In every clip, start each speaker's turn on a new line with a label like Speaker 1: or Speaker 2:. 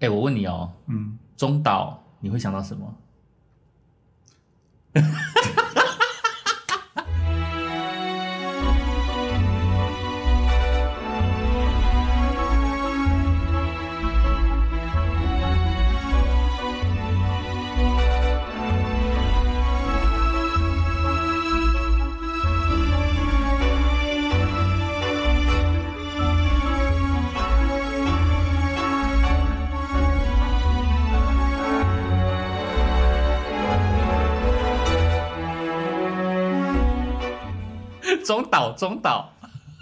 Speaker 1: 哎、我问你哦，
Speaker 2: 嗯，
Speaker 1: 中岛你会想到什么？ 中岛中岛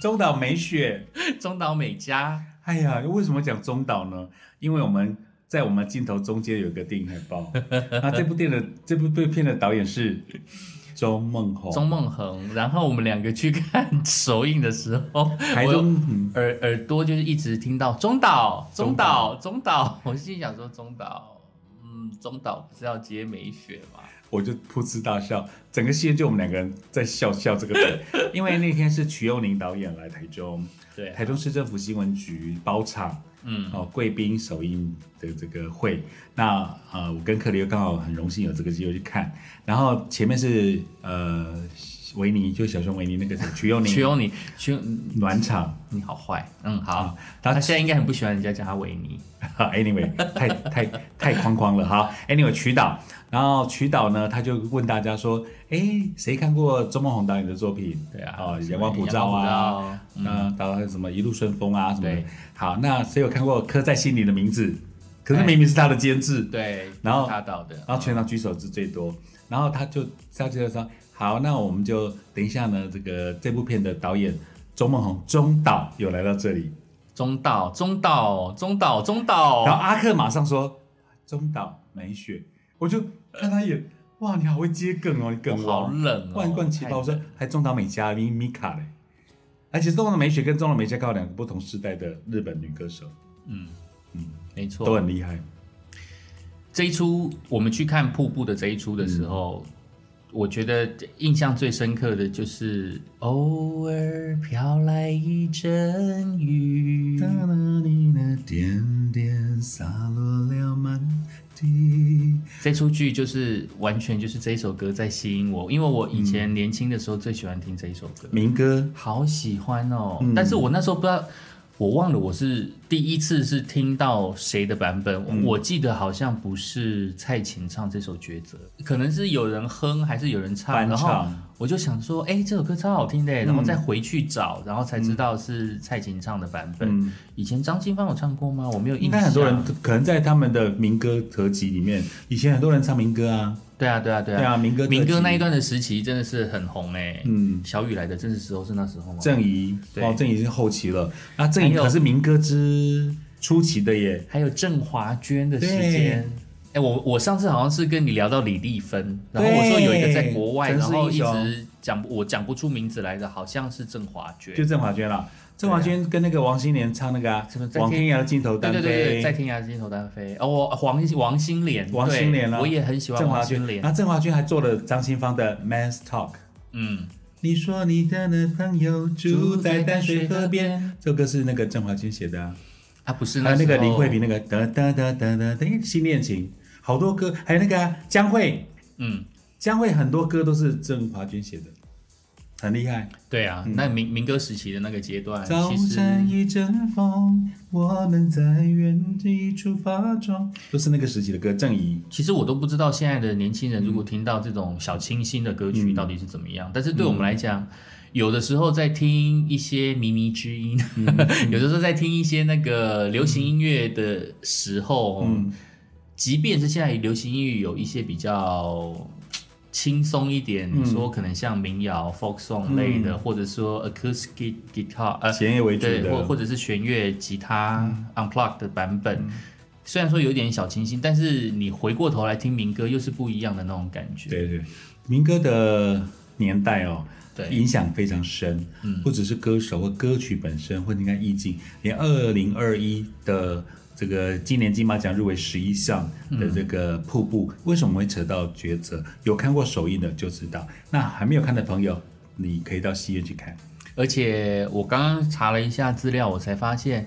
Speaker 2: 中岛美雪，
Speaker 1: 中岛美嘉，
Speaker 2: 哎呀，为什么讲中岛呢？因为我们在我们镜头中间有一个电影海报，那这部电影的这部片的导演是周梦红，
Speaker 1: 钟梦恒。然后我们两个去看首映的时候，
Speaker 2: 台
Speaker 1: 我有
Speaker 2: 中嗯
Speaker 1: 耳耳朵就是一直听到中岛中
Speaker 2: 中
Speaker 1: 岛
Speaker 2: 岛
Speaker 1: 中岛，我心里想说中岛，嗯，中岛不是要接美雪吗？
Speaker 2: 我就噗嗤大笑，整个戏院就我们两个人在笑笑这个梗，因为那天是瞿幼宁导演来台中，
Speaker 1: 对啊
Speaker 2: 台中市政府新闻局包场，
Speaker 1: 嗯，
Speaker 2: 哦，贵宾首映的这个会，那呃，我跟克里又刚好很荣幸有这个机会去看，然后前面是呃维尼，就小熊维尼那个瞿幼
Speaker 1: 徐
Speaker 2: 宁
Speaker 1: 勇你徐勇你
Speaker 2: 暖场，
Speaker 1: 你好坏，嗯好
Speaker 2: 啊，
Speaker 1: 他
Speaker 2: 他
Speaker 1: 现在应该很不喜欢人家叫他维尼，
Speaker 2: 好，anyway，太太太框框了哈。anyway，曲导，然后曲导呢，他就问大家说，诶，谁看过周梦红导演的作品？
Speaker 1: 对啊，
Speaker 2: 哦，
Speaker 1: 什么
Speaker 2: 阳光普照啊，
Speaker 1: 阳光普照嗯，
Speaker 2: 嗯，导演什么一路顺风啊什么的
Speaker 1: 对。
Speaker 2: 好，那谁有看过《刻在心里的名字》？可
Speaker 1: 哎
Speaker 2: 是明明是他的监制，
Speaker 1: 对，
Speaker 2: 然后
Speaker 1: 他导的，
Speaker 2: 然后全场举手是最多，然后他就他就说，好，那我们就等一下呢，这个这部片的导演周梦红中导有来到这里，
Speaker 1: 中岛中岛中岛中
Speaker 2: 然后
Speaker 1: 岛，
Speaker 2: 阿克马上说中岛美雪，我就看他演，哇，你好会接梗哦，
Speaker 1: 我
Speaker 2: 你梗
Speaker 1: 好
Speaker 2: 王，
Speaker 1: 冷哦，
Speaker 2: 万贯奇葩，我
Speaker 1: 太
Speaker 2: 说
Speaker 1: 冷
Speaker 2: 还中岛美嘉米米卡嘞，而且中岛美雪跟中岛美嘉刚好两个不同时代的日本女歌手，
Speaker 1: 嗯嗯
Speaker 2: 嗯，
Speaker 1: 没错，
Speaker 2: 都很厉害，
Speaker 1: 这一出我们去看瀑布的这一出的时
Speaker 2: 嗯
Speaker 1: 候，我觉得印象最深刻的就是偶尔飘来一阵雨，
Speaker 2: 哒啦你的点点洒落了满地，
Speaker 1: 这出剧就是完全就是这一首歌在吸引我，因为我以前年轻的时候最喜欢听这一首歌，
Speaker 2: 民歌，
Speaker 1: 好喜欢哦。
Speaker 2: 嗯
Speaker 1: 但是我那时候不知道，我忘了我是第一次是听到谁的版本，
Speaker 2: 嗯
Speaker 1: 我记得好像不是蔡琴唱这首《抉择》，可能是有人哼还是有人唱，
Speaker 2: 翻
Speaker 1: 然
Speaker 2: 唱嗯
Speaker 1: 后我就想说，哎、这首歌超好听的，然后再回去找，然后才知道是蔡琴唱的版本。
Speaker 2: 嗯，
Speaker 1: 以前张清芳有唱过吗？我没有印象。
Speaker 2: 应该很多人可能在他们的民歌合集里面，以前很多人唱民歌啊，
Speaker 1: 对啊，对啊，对
Speaker 2: 对
Speaker 1: 啊。
Speaker 2: 啊，民歌
Speaker 1: 民歌
Speaker 2: 特辑
Speaker 1: 那一，段的时期真的是很红哎、
Speaker 2: 嗯。
Speaker 1: 小雨来的正是时候是那时候吗？
Speaker 2: 郑怡
Speaker 1: 对
Speaker 2: 哦，郑怡是后期了，那郑怡
Speaker 1: 还有
Speaker 2: 可是民歌之初期的耶，
Speaker 1: 还有郑华娟的时
Speaker 2: 对
Speaker 1: 间。哎、我我上次好像是跟你聊到李丽芬，然后
Speaker 2: 对
Speaker 1: 我说有一个在国外，
Speaker 2: 陈
Speaker 1: 然
Speaker 2: 思
Speaker 1: 后
Speaker 2: 怡
Speaker 1: 一
Speaker 2: 雄
Speaker 1: 直讲不我讲不出名字来的，好像是郑华娟。
Speaker 2: 就郑华娟啦。郑华娟跟那个王心凌唱那个啊
Speaker 1: 啊什么在
Speaker 2: 《往天涯的尽头
Speaker 1: 对
Speaker 2: 单
Speaker 1: 对对对，
Speaker 2: 飞
Speaker 1: 在》，天涯尽头单飞。哦，我王王心凌，
Speaker 2: 王心
Speaker 1: 对
Speaker 2: 凌啊
Speaker 1: 我也很喜欢
Speaker 2: 郑华
Speaker 1: 王心
Speaker 2: 娟。
Speaker 1: 凌。
Speaker 2: 然后郑华娟还做了张清芳的《Man's Talk》。
Speaker 1: 嗯，
Speaker 2: 你说你的男朋友住在淡
Speaker 1: 住
Speaker 2: 水河
Speaker 1: 在淡水河
Speaker 2: 边
Speaker 1: 边，
Speaker 2: 这首歌是那个郑华娟写的啊，
Speaker 1: 啊不是
Speaker 2: 还有那个
Speaker 1: 时候
Speaker 2: 林慧萍那个哒哒哒哒哒哒，新恋情，好多歌，还有那个啊江蕙，
Speaker 1: 嗯，
Speaker 2: 江蕙很多歌都是郑华娟写的，很厉害。
Speaker 1: 对啊，那民民歌时期的那个阶段，
Speaker 2: 嗯早
Speaker 1: 哎其
Speaker 2: 晨
Speaker 1: 实
Speaker 2: 一阵风，我们在原地出发装，都是那个时期的歌。郑怡，
Speaker 1: 其实我都不知道现在的年轻人如果听到这种小清新的歌曲
Speaker 2: 嗯
Speaker 1: 到底是怎么样，但是对我们来讲。有的时候在听一些靡靡之音，
Speaker 2: 嗯
Speaker 1: 有的时候在听一些那个流行音乐的时候，
Speaker 2: 嗯
Speaker 1: 即便是现在流行音乐有一些比较轻松一点，
Speaker 2: 嗯
Speaker 1: 你说可能像民谣、folk song 类的，或者说 acoustic guitar，呃，
Speaker 2: 弦乐嗯为主
Speaker 1: 对，或
Speaker 2: 的，嗯
Speaker 1: 或者是弦乐、吉他、unplugged 的版本，虽然说有点小清新，但是你回过头来听民歌，又是不一样的那种感觉。
Speaker 2: 对对，民歌的年代哦，
Speaker 1: 对嗯
Speaker 2: 影响非常深，不只是歌手或歌曲本身，或者应该意境，连二零二一的。这个今年金马奖入围十一项
Speaker 1: 嗯
Speaker 2: 的这个瀑布，为什么会扯到抉择？有看过首映的就知道，那还没有看的朋友，你可以到戏院去看。
Speaker 1: 而且我刚刚查了一下资料，我才发现，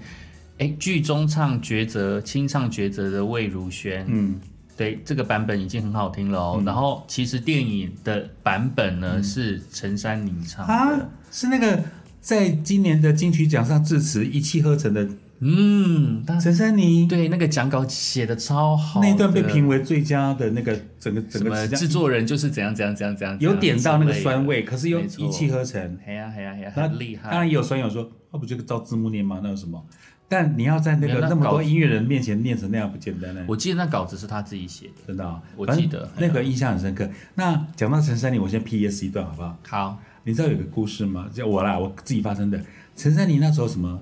Speaker 1: 哎，剧中唱抉择、清唱抉择的魏如萱，
Speaker 2: 嗯，
Speaker 1: 对这个版本已经很好听了哦。然后其实电影的版本
Speaker 2: 嗯
Speaker 1: 呢、是陈珊妮唱的，
Speaker 2: 啊，是那个在今年的金曲奖上致辞一气呵成的
Speaker 1: 嗯，但
Speaker 2: 陈珊妮，
Speaker 1: 对那个讲稿写的超好的，
Speaker 2: 那一段被评为最佳的那个整个整
Speaker 1: 什么
Speaker 2: 个
Speaker 1: 制作人就是怎样怎样怎样怎样，
Speaker 2: 有点到那个酸
Speaker 1: 味，
Speaker 2: 味，可是又
Speaker 1: 啊没错
Speaker 2: 一气呵成。
Speaker 1: 嘿呀嘿呀嘿呀，
Speaker 2: 那
Speaker 1: 很厉害
Speaker 2: 当。然也有酸友说，哦那不就照字幕念吗？那有什么？但你要在那
Speaker 1: 没有
Speaker 2: 个
Speaker 1: 那
Speaker 2: 那么
Speaker 1: 搞
Speaker 2: 多音乐人面前念成那样不简单呢。
Speaker 1: 我记得那稿子是他自己写的。
Speaker 2: 真的啊、
Speaker 1: 我
Speaker 2: 反正
Speaker 1: 记得哎
Speaker 2: 那个印象很深刻。那讲到陈珊妮，我先 P S 一段好不好？
Speaker 1: 好，
Speaker 2: 你知道有个故事吗？就我啦，我自己发生的。陈珊妮那时候什么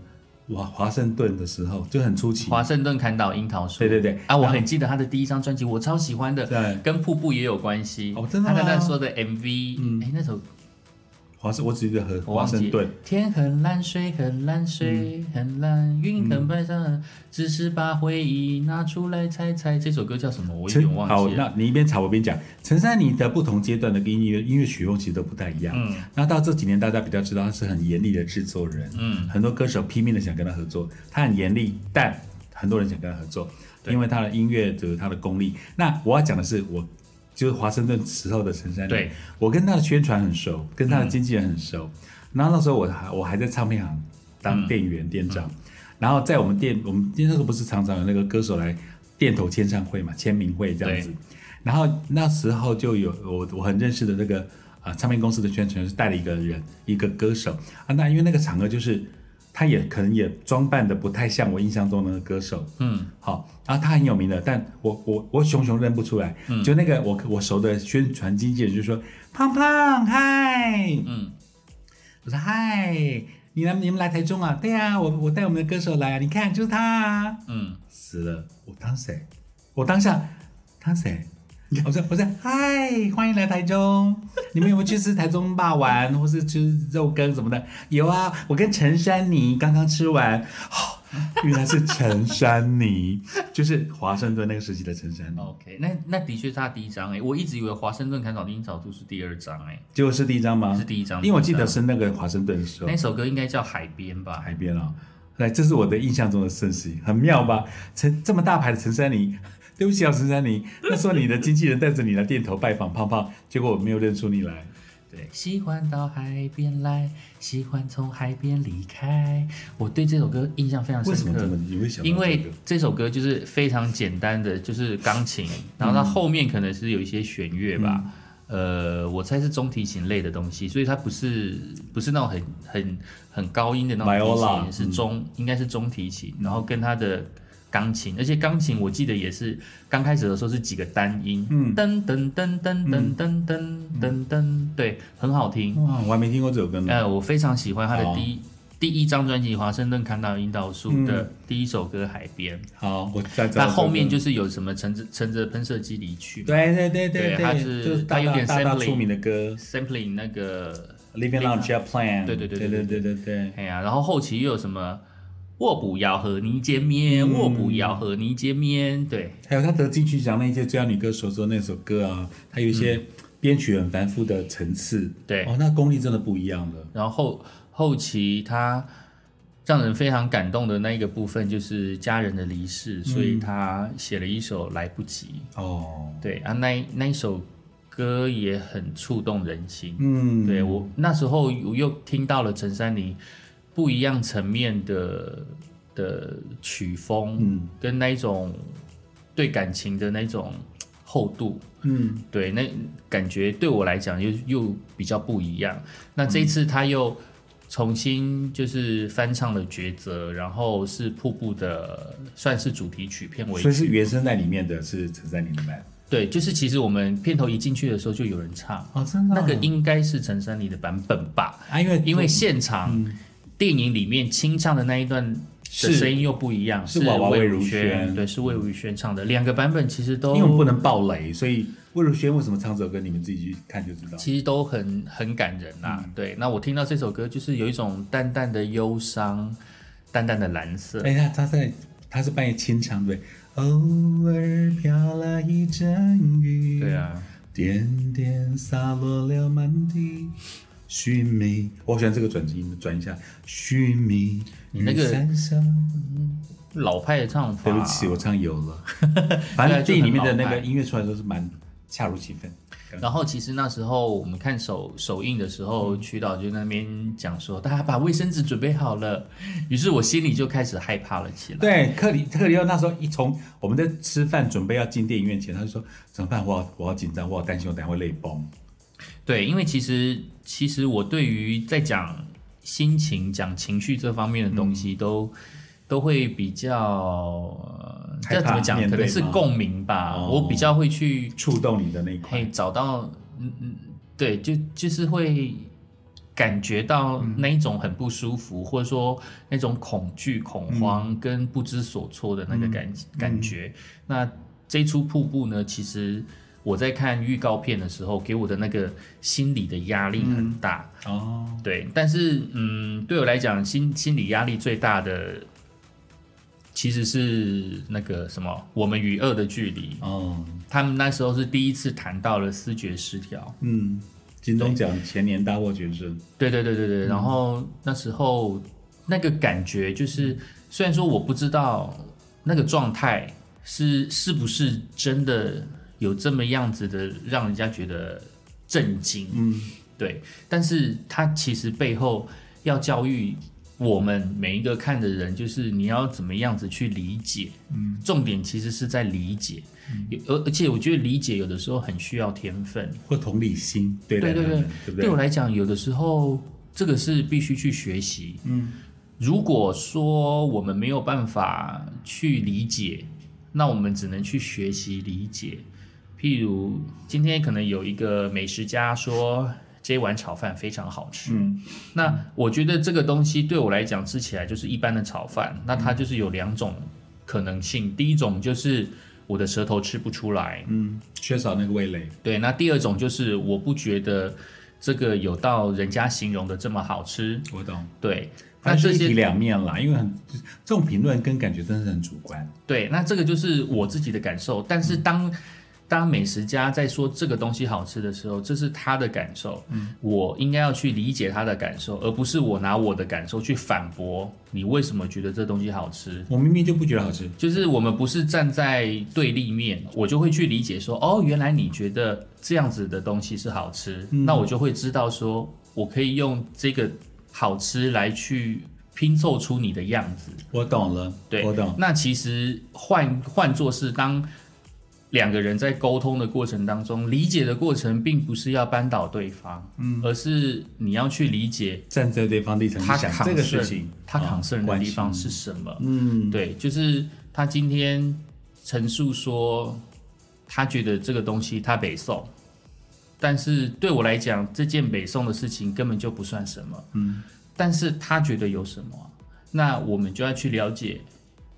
Speaker 2: 华华盛顿的时候就很出奇，
Speaker 1: 华盛顿砍倒樱桃树。
Speaker 2: 对对对
Speaker 1: 啊，我
Speaker 2: 然后
Speaker 1: 很记得他的第一张专辑，我超喜欢的，
Speaker 2: 对
Speaker 1: 跟瀑布也有关系。
Speaker 2: 哦真的
Speaker 1: 他
Speaker 2: 吗
Speaker 1: 那时候的 MV，
Speaker 2: 嗯
Speaker 1: 哎、那首
Speaker 2: 华盛我只记得和
Speaker 1: 我
Speaker 2: 华
Speaker 1: 忘记
Speaker 2: 盛
Speaker 1: 了
Speaker 2: 顿。。嗯
Speaker 1: 天很蓝，水很蓝，水很蓝，云很白山，只是把回忆拿出来猜猜。这首歌叫什么？我有
Speaker 2: 陈
Speaker 1: 点忘
Speaker 2: 好，
Speaker 1: 记了。
Speaker 2: 那你一边查我一边讲。陈珊妮的不同阶段的音乐音乐曲风其实都不太一样。
Speaker 1: 嗯
Speaker 2: 那到这几年，大家比较知道她是很严厉的制作人，
Speaker 1: 嗯，
Speaker 2: 很多歌手拼命的想跟她合作，她很严厉，但很多人想跟她合作，
Speaker 1: 对
Speaker 2: 因为她的音乐就是她的功力。那我要讲的是，我就是华盛顿时候的陈珊妮，
Speaker 1: 对嗯
Speaker 2: 我跟她的宣传很熟，跟她的经纪人很熟。然后那时候我还我还在唱片行
Speaker 1: 嗯
Speaker 2: 当店员、店长，然后在我们店，我们那时候不是常常有那个歌手来店头签唱会嘛，签名会这样子。然后那时候就有我我很认识的那个啊、唱片公司的宣传是带了一个人一个歌手啊，那因为那个场合就是他也可能也装扮的不太像我印象中的那个歌手，
Speaker 1: 嗯
Speaker 2: 好，然后他很有名的，但我我我熊熊认不出来，就那个我我熟的宣传经纪人就说胖胖嗨，
Speaker 1: 嗯，
Speaker 2: 我说嗨，你来你们来台中啊？对啊，我我带我们的歌手来啊，你看就是他、啊，
Speaker 1: 嗯，
Speaker 2: 死了，我当谁？我当下当谁？我说我说嗨，欢迎来台中，你们有没有去吃台中霸丸或是吃肉羹什么的？有啊，我跟陈珊妮刚刚吃完，哦、原来是陈珊妮， 就是华盛顿那个时期的陈珊妮，
Speaker 1: OK，那那的确是他第一张哎、我一直以为《华盛顿砍倒樱桃树》是第二张哎、
Speaker 2: 结果是第一张吗
Speaker 1: 是？第一张，
Speaker 2: 因为我记得是那个华盛顿的时候
Speaker 1: 那，首歌应该叫《海边》吧？
Speaker 2: 海边啊、来，这是我的印象中的盛世，很妙吧？陈这么大牌的陈珊妮， 对不起啊，陈珊妮，那时候你的经纪人带着你来店头拜访胖胖，结果我没有认出你来。
Speaker 1: 对，喜欢到海边来，喜欢从海边离开。我对这首歌印象非常深
Speaker 2: 为什么这么
Speaker 1: 刻，
Speaker 2: 你会想到这个？
Speaker 1: 因为这首歌就是非常简单的，就是钢琴，
Speaker 2: 嗯
Speaker 1: 然后它后面可能是有一些弦乐吧。呃，我猜是中提琴类的东西，所以它不是不是那种很很很高音的那种
Speaker 2: Viola，嗯
Speaker 1: 提琴，是中、应该是中提琴，然后跟它的钢琴，而且钢琴我记得也是刚开始的时候是几个单音，
Speaker 2: 嗯
Speaker 1: 噔噔噔噔噔噔噔噔噔，对，很好听。
Speaker 2: 哇，我还没听过这首歌呢。
Speaker 1: 呃，我非常喜欢他的
Speaker 2: 好
Speaker 1: 第一、第一张专辑《华盛顿砍倒樱桃树》
Speaker 2: 嗯
Speaker 1: 的第一首歌《海边》
Speaker 2: 好，我再找
Speaker 1: 那
Speaker 2: 这首歌
Speaker 1: 后面就是有什么乘着乘着喷射机离去吧
Speaker 2: 对对对
Speaker 1: 对
Speaker 2: 对
Speaker 1: 它是
Speaker 2: 就是大
Speaker 1: 它有点
Speaker 2: 大大
Speaker 1: sampling
Speaker 2: 出名的歌
Speaker 1: ，sampling 那个，
Speaker 2: ，Living on a Jet Plan。
Speaker 1: 对对对
Speaker 2: 对
Speaker 1: 对
Speaker 2: 对对对对。
Speaker 1: 哎呀、然后后期又有什么我不要和你见面，我不要和你见面，对，
Speaker 2: 还有她得金曲奖那一届最佳女歌手之后那首歌啊，它有一些编曲很繁复的层次，
Speaker 1: 嗯对
Speaker 2: 哦，那功力真的不一样了。
Speaker 1: 然后后后期他让人非常感动的那一个部分就是家人的离世，
Speaker 2: 嗯
Speaker 1: 所以他写了一首《来不及》。
Speaker 2: 哦，
Speaker 1: 对啊，那一那一首歌也很触动人心。
Speaker 2: 嗯，
Speaker 1: 对我那时候我又听到了陈珊妮不一样层面的的曲风，
Speaker 2: 嗯
Speaker 1: 跟那一种对感情的那种厚度，
Speaker 2: 嗯，
Speaker 1: 对那感觉对我来讲又又比较不一样。那这一次他又重新就是翻唱了《抉择》，然后是瀑布的算是主题曲片尾
Speaker 2: 所以
Speaker 1: 曲，
Speaker 2: 是原声带里面的是陈珊妮的版
Speaker 1: 对，就是其实我们片头一进去的时候就有人唱。
Speaker 2: 哦，真
Speaker 1: 那个应该是陈珊妮的版本吧，
Speaker 2: 啊，因为
Speaker 1: 因为现场电影里面清唱的那一段的
Speaker 2: 是
Speaker 1: 声音又不一样，
Speaker 2: 是
Speaker 1: 是
Speaker 2: 娃娃
Speaker 1: 魏
Speaker 2: 魏
Speaker 1: 如
Speaker 2: 如
Speaker 1: 萱，
Speaker 2: 萱嗯
Speaker 1: 对，是魏如萱唱的，两个版本其实
Speaker 2: 因为我们
Speaker 1: 都
Speaker 2: 不能爆雷，所以魏如萱为什么唱这首歌，你们自己去看就知道。
Speaker 1: 其实都很很感人啦、
Speaker 2: 嗯
Speaker 1: 对，那我听到这首歌就是有一种淡淡的忧伤，淡淡的蓝色。
Speaker 2: 哎，他他在他是半夜清唱对不对，偶尔飘来一阵雨，
Speaker 1: 对，啊，
Speaker 2: 点点洒落了满地。寻觅，我喜欢这个转音，转一下。寻觅，
Speaker 1: 你那个
Speaker 2: 雨伞上
Speaker 1: 老派的唱法。
Speaker 2: 对不起，我唱有 了。反正电影里面的那个音乐出来的时候是蛮恰如其分。
Speaker 1: 然后其实那时候我们看首首映的时
Speaker 2: 嗯
Speaker 1: 候，曲导就那边讲说，大家把卫生纸准备好了。于是我心里就开始害怕了起来。
Speaker 2: 对，克里克里奥那时候一从我们在吃饭准备要进电影院前，他就说怎么办？我好我好紧张，我好担心，我等下会泪崩。
Speaker 1: 对，因为其实其实我对于在讲心情、讲情绪这方面的东
Speaker 2: 嗯
Speaker 1: 西都，都、会比较呃
Speaker 2: 害
Speaker 1: 这
Speaker 2: 怕
Speaker 1: 怎么讲？
Speaker 2: 面
Speaker 1: 可
Speaker 2: 对
Speaker 1: 能是
Speaker 2: 吗
Speaker 1: 共鸣吧。
Speaker 2: 哦
Speaker 1: 我比较会去
Speaker 2: 触动你的那一块
Speaker 1: 嘿，找到嗯嗯，对，就就是会感觉到那一种很不舒服，或者说那种恐惧、恐慌跟不知所措的那个感、感觉。那这一出瀑布呢，其实我在看预告片的时候，给我的那个心理的压力很大。
Speaker 2: 哦，
Speaker 1: 对，但是嗯，对我来讲，心心理压力最大的其实是那个什么，《我们与恶的距离》
Speaker 2: 哦，
Speaker 1: 他们那时候是第一次谈到了思觉失调。
Speaker 2: 嗯，金钟奖前年大获全胜，
Speaker 1: 对对对对对，然后那时候那个感觉就是，虽然说我不知道那个状态是是不是真的有这么样子的，让人家觉得震惊，
Speaker 2: 嗯，
Speaker 1: 对，但是它其实背后要教育。我们每一个看的人，就是你要怎么样子去理解，嗯，重点其实是在理解，有而、而且我觉得理解有的时候很需要天分，
Speaker 2: 或同理心对待
Speaker 1: 对
Speaker 2: 他
Speaker 1: 对
Speaker 2: 们，对不
Speaker 1: 对我来讲，有的时候这个是必须去学习。
Speaker 2: 嗯，
Speaker 1: 如果说我们没有办法去理解，那我们只能去学习理解。譬如今天可能有一个美食家说这碗炒饭非常好吃，
Speaker 2: 嗯，
Speaker 1: 那我觉得这个东西对我来讲吃起来就是一般的炒饭，那
Speaker 2: 嗯
Speaker 1: 它就是有两种可能性，第一种就是我的舌头吃不出来，
Speaker 2: 嗯，缺少那个味蕾，
Speaker 1: 对，那第二种就是我不觉得这个有到人家形容的这么好吃。
Speaker 2: 我懂。
Speaker 1: 对，那
Speaker 2: 反正
Speaker 1: 这
Speaker 2: 是一体
Speaker 1: 些
Speaker 2: 两面啦，因为很这种评论跟感觉真的是很主观。
Speaker 1: 对，那这个就是我自己的感受。但
Speaker 2: 嗯
Speaker 1: 是当、当美食家在说这个东西好吃的时候，这是他的感受，
Speaker 2: 嗯
Speaker 1: 我应该要去理解他的感受，而不是我拿我的感受去反驳你为什么觉得这东西好吃。
Speaker 2: 我明明就不觉得好吃，
Speaker 1: 就是我们不是站在对立面，我就会去理解说，哦，原来你觉得这样子的东西是好吃，
Speaker 2: 嗯
Speaker 1: 那我就会知道说，我可以用这个好吃来去拼凑出你的样子。
Speaker 2: 我懂了，
Speaker 1: 对，
Speaker 2: 我懂。
Speaker 1: 那其实换换作是当两个人在沟通的过程当中，理解的过程并不是要扳倒对方，嗯，而是你要去理解
Speaker 2: 站在对方立场
Speaker 1: 他
Speaker 2: 去想
Speaker 1: concern
Speaker 2: 这个事情，
Speaker 1: 他
Speaker 2: 啊
Speaker 1: concern 的地，方
Speaker 2: 关
Speaker 1: 是什么。
Speaker 2: 心嗯，
Speaker 1: 对，就是他今天陈述说，他觉得这个东西他北宋，但是对我来讲，这件北宋的事情根本就不算什么。嗯，但是他觉得有什么啊，那我们就要去了解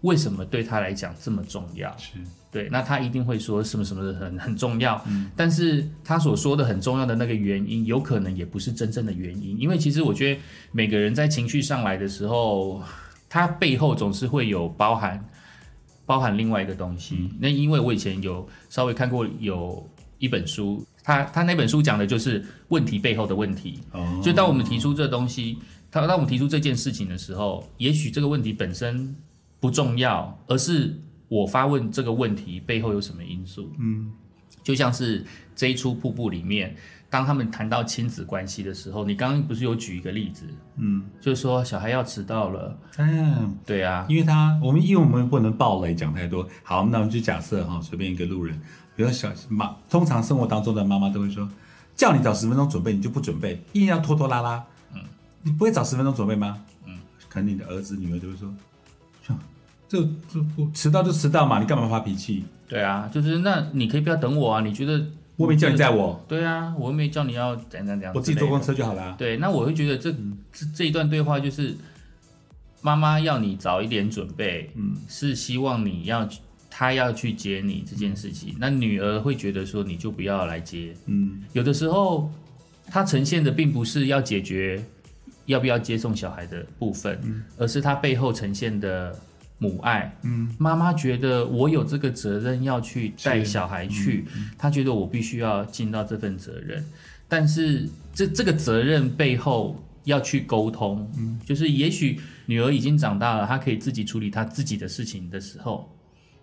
Speaker 1: 为什么对他来讲这么重要。
Speaker 2: 是
Speaker 1: 对，那他一定会说什么什么的很很重要，但是他所说的很重要的那个原因，有可能也不是真正的原因，因为其实我觉得每个人在情绪上来的时候，他背后总是会有包含包含另外一个东西。那因为我以前有稍微看过有一本书，他他那本书讲的就是问题背后的问题，
Speaker 2: 哦，
Speaker 1: 所以当我们提出这东西，当当我们提出这件事情的时候，也许这个问题本身不重要，而是我发问这个问题背后有什么因素。嗯，就像是这一出瀑布里面，当他们谈到亲子关系的时候，你刚刚不是有举一个例子？嗯，就是说小孩要迟到了，
Speaker 2: 嗯，
Speaker 1: 对啊，
Speaker 2: 因为他我们因为我们不能暴雷讲太多，好，那我们就假设哈，随便一个路人，比如小妈，通常生活当中的妈妈都会说，叫你早十分钟准备，你就不准备，硬要拖拖拉拉，嗯，你不会早十分钟准备吗？嗯，可能你的儿子女儿就会说，哼这这不迟到就迟到嘛，你干嘛发脾气？
Speaker 1: 对啊，就是那你可以不要等我啊，你觉得
Speaker 2: 我没叫你载我，
Speaker 1: 对啊，我又没叫你要怎样怎样怎样，
Speaker 2: 我自己坐公。车就好啦。
Speaker 1: 对，那我会觉得这这这一段对话就是妈妈要你早一点准备，嗯，是希望你要去她要去接你这件事情。那女儿会觉得说你就不要来接，
Speaker 2: 嗯，
Speaker 1: 有的时候它呈现的并不是要解决要不要接送小孩的部分，而是它背后呈现的。母爱，嗯，妈妈觉得我有这个责任要去带
Speaker 2: 是
Speaker 1: 小孩去，她觉得我必须要尽到这份责任，但是这这个责任背后要去沟通，就是也许女儿已经长大了，她可以自己处理她自己的事情的时候，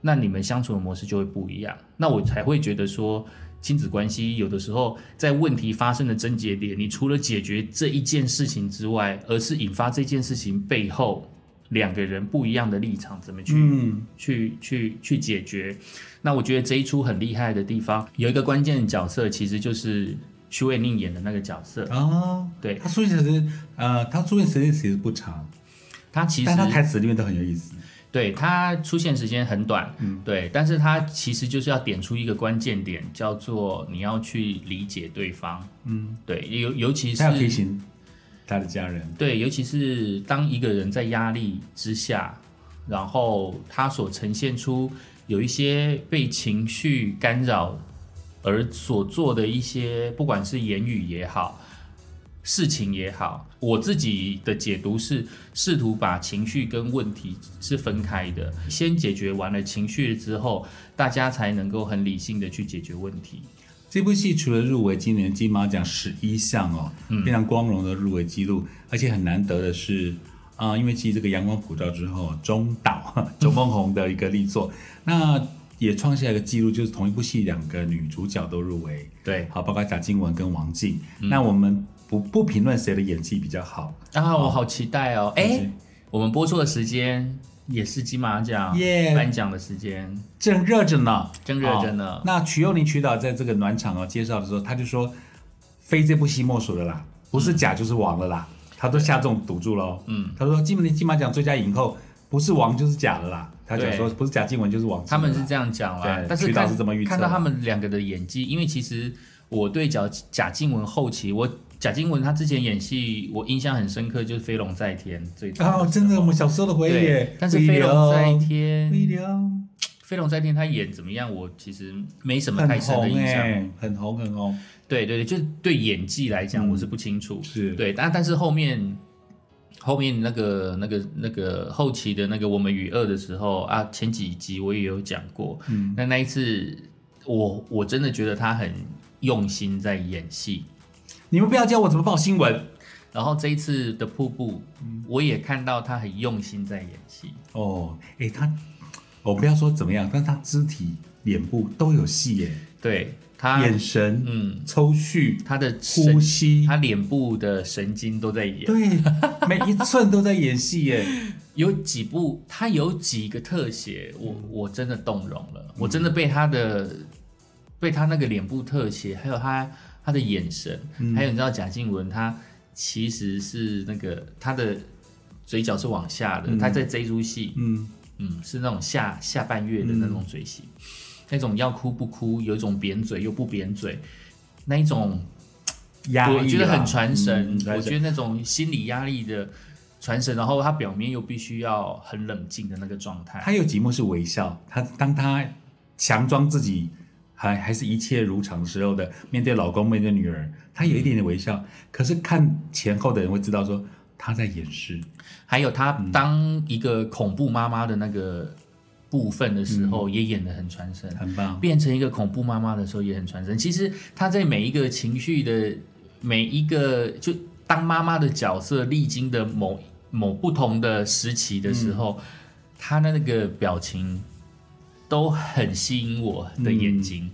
Speaker 1: 那你们相处的模式就会不一样。那我才会觉得说，亲子关系有的时候在问题发生的症结点，你除了解决这一件事情之外，而是引发这件事情背后两个人不一样的立场怎么去、
Speaker 2: 嗯，
Speaker 1: 去去去解决。那我觉得这一出很厉害的地方，有一个关键角色其实就是徐伟宁演的那个角色，
Speaker 2: 哦，
Speaker 1: 对
Speaker 2: 他出现时间，呃，他出现时间其实不长，
Speaker 1: 他其实
Speaker 2: 但他台词里面都很有意思。
Speaker 1: 对它出现时间很短，
Speaker 2: 嗯
Speaker 1: 对，但是它其实就是要点出一个关键点，叫做你要去理解对方，嗯，对，尤尤其
Speaker 2: 他要提
Speaker 1: 是
Speaker 2: 醒他的家人，
Speaker 1: 对，尤其是当一个人在压力之下，然后他所呈现出有一些被情绪干扰而所做的一些，不管是言语也好，事情也好，我自己的解读是试图把情绪跟问题是分开的，先解决完了情绪之后，大家才能够很理性的去解决问题。
Speaker 2: 这部戏除了入围今年金马奖十一项哦，非常光荣的入围记录，而且很难得的是，啊、因为继这个《阳光普照》之后，中 岛周梦红的一个力作，那也创下一个记录，就是同一部戏两个女主角都入围，
Speaker 1: 对
Speaker 2: 好，包括贾静雯跟王静。那我们不不评论谁的演技比较好，
Speaker 1: 啊，我好期待哦！哎、
Speaker 2: 是
Speaker 1: 我们播出的时间也是金马奖
Speaker 2: 耶
Speaker 1: 颁奖的时间，
Speaker 2: 正热着呢，
Speaker 1: 正热着呢
Speaker 2: 哦那曲佑宁曲导在这个暖场哦介绍的时候，他就说，非这部戏莫属的啦，不是甲就是王了啦，他都下这种赌注喽。嗯，他说金门金马奖最佳影后不是王就是甲了啦，他讲说不是贾静雯就是王静
Speaker 1: 他
Speaker 2: 了啦，
Speaker 1: 们是这样讲啦
Speaker 2: 对。
Speaker 1: 但是
Speaker 2: 徐导
Speaker 1: 看
Speaker 2: 是这么预测
Speaker 1: 看到
Speaker 2: 的
Speaker 1: 他们两个的演技，因为其实我对贾贾静雯后期，我贾静雯她之前演戏，我印象很深刻，就是《飞龙在天》最早
Speaker 2: 哦，真的我们小时候的回忆
Speaker 1: 对
Speaker 2: 耶，。
Speaker 1: 但是《飞龙在天》
Speaker 2: 微
Speaker 1: 《
Speaker 2: 凉，
Speaker 1: 飞龙在天》她演怎么样，我其实没什么太
Speaker 2: 很
Speaker 1: 深的
Speaker 2: 红
Speaker 1: 印
Speaker 2: 哎、
Speaker 1: 象。
Speaker 2: 很红很红，
Speaker 1: 对对对，就是对演技来讲，我是不清楚。
Speaker 2: 嗯是
Speaker 1: 对，但但是后面后面那个那个那个后期的那个我们与恶的时候啊，前几集我也有讲过，嗯，那那一次我我真的觉得他很用心在演戏，
Speaker 2: 你们不要教我怎么报新闻
Speaker 1: 然后这一次的瀑布，
Speaker 2: 嗯
Speaker 1: 我也看到他很用心在演戏，
Speaker 2: 哦。哎、他，我不要说怎么样，但他肢体、脸部都有戏耶、
Speaker 1: 对他，
Speaker 2: 眼神、
Speaker 1: 嗯，
Speaker 2: 抽搐、
Speaker 1: 他的
Speaker 2: 呼
Speaker 1: 神，
Speaker 2: 吸，
Speaker 1: 他脸部的神经都在演。
Speaker 2: 对，每一寸都在演 戏耶。
Speaker 1: 有几部，他有几个特写，我我真的动容了，我真的被他的，被他那个脸部特写，还有他他的眼神，还有你知道贾静雯她其实是那个她的嘴角是往下的，她在这一出戏，
Speaker 2: 嗯，
Speaker 1: 嗯，是那种下下半月的那种嘴型，那种要哭不哭，有一种扁嘴又不扁嘴，那一种
Speaker 2: 压抑啦，
Speaker 1: 我觉得很传神
Speaker 2: 嗯，传
Speaker 1: 我觉
Speaker 2: 神
Speaker 1: 得那种心理压力的传神，然后他表面又必须要很冷静的那个状态。
Speaker 2: 他有几幕是微笑，他当他强装自己还还是一切如常的时候的，面对老公面对女儿，他有一点点微笑，可是看前后的人会知道说他在掩饰。
Speaker 1: 还有他当一个恐怖妈妈的那个部分的时
Speaker 2: 嗯
Speaker 1: 候，也演得很传神。
Speaker 2: 很棒，
Speaker 1: 变成一个恐怖妈妈的时候也很传神。其实她在每一个情绪的每一个就当妈妈的角色历经的某某不同的时期的时候，
Speaker 2: 嗯
Speaker 1: 她的那个表情都很吸引我的眼
Speaker 2: 嗯
Speaker 1: 睛。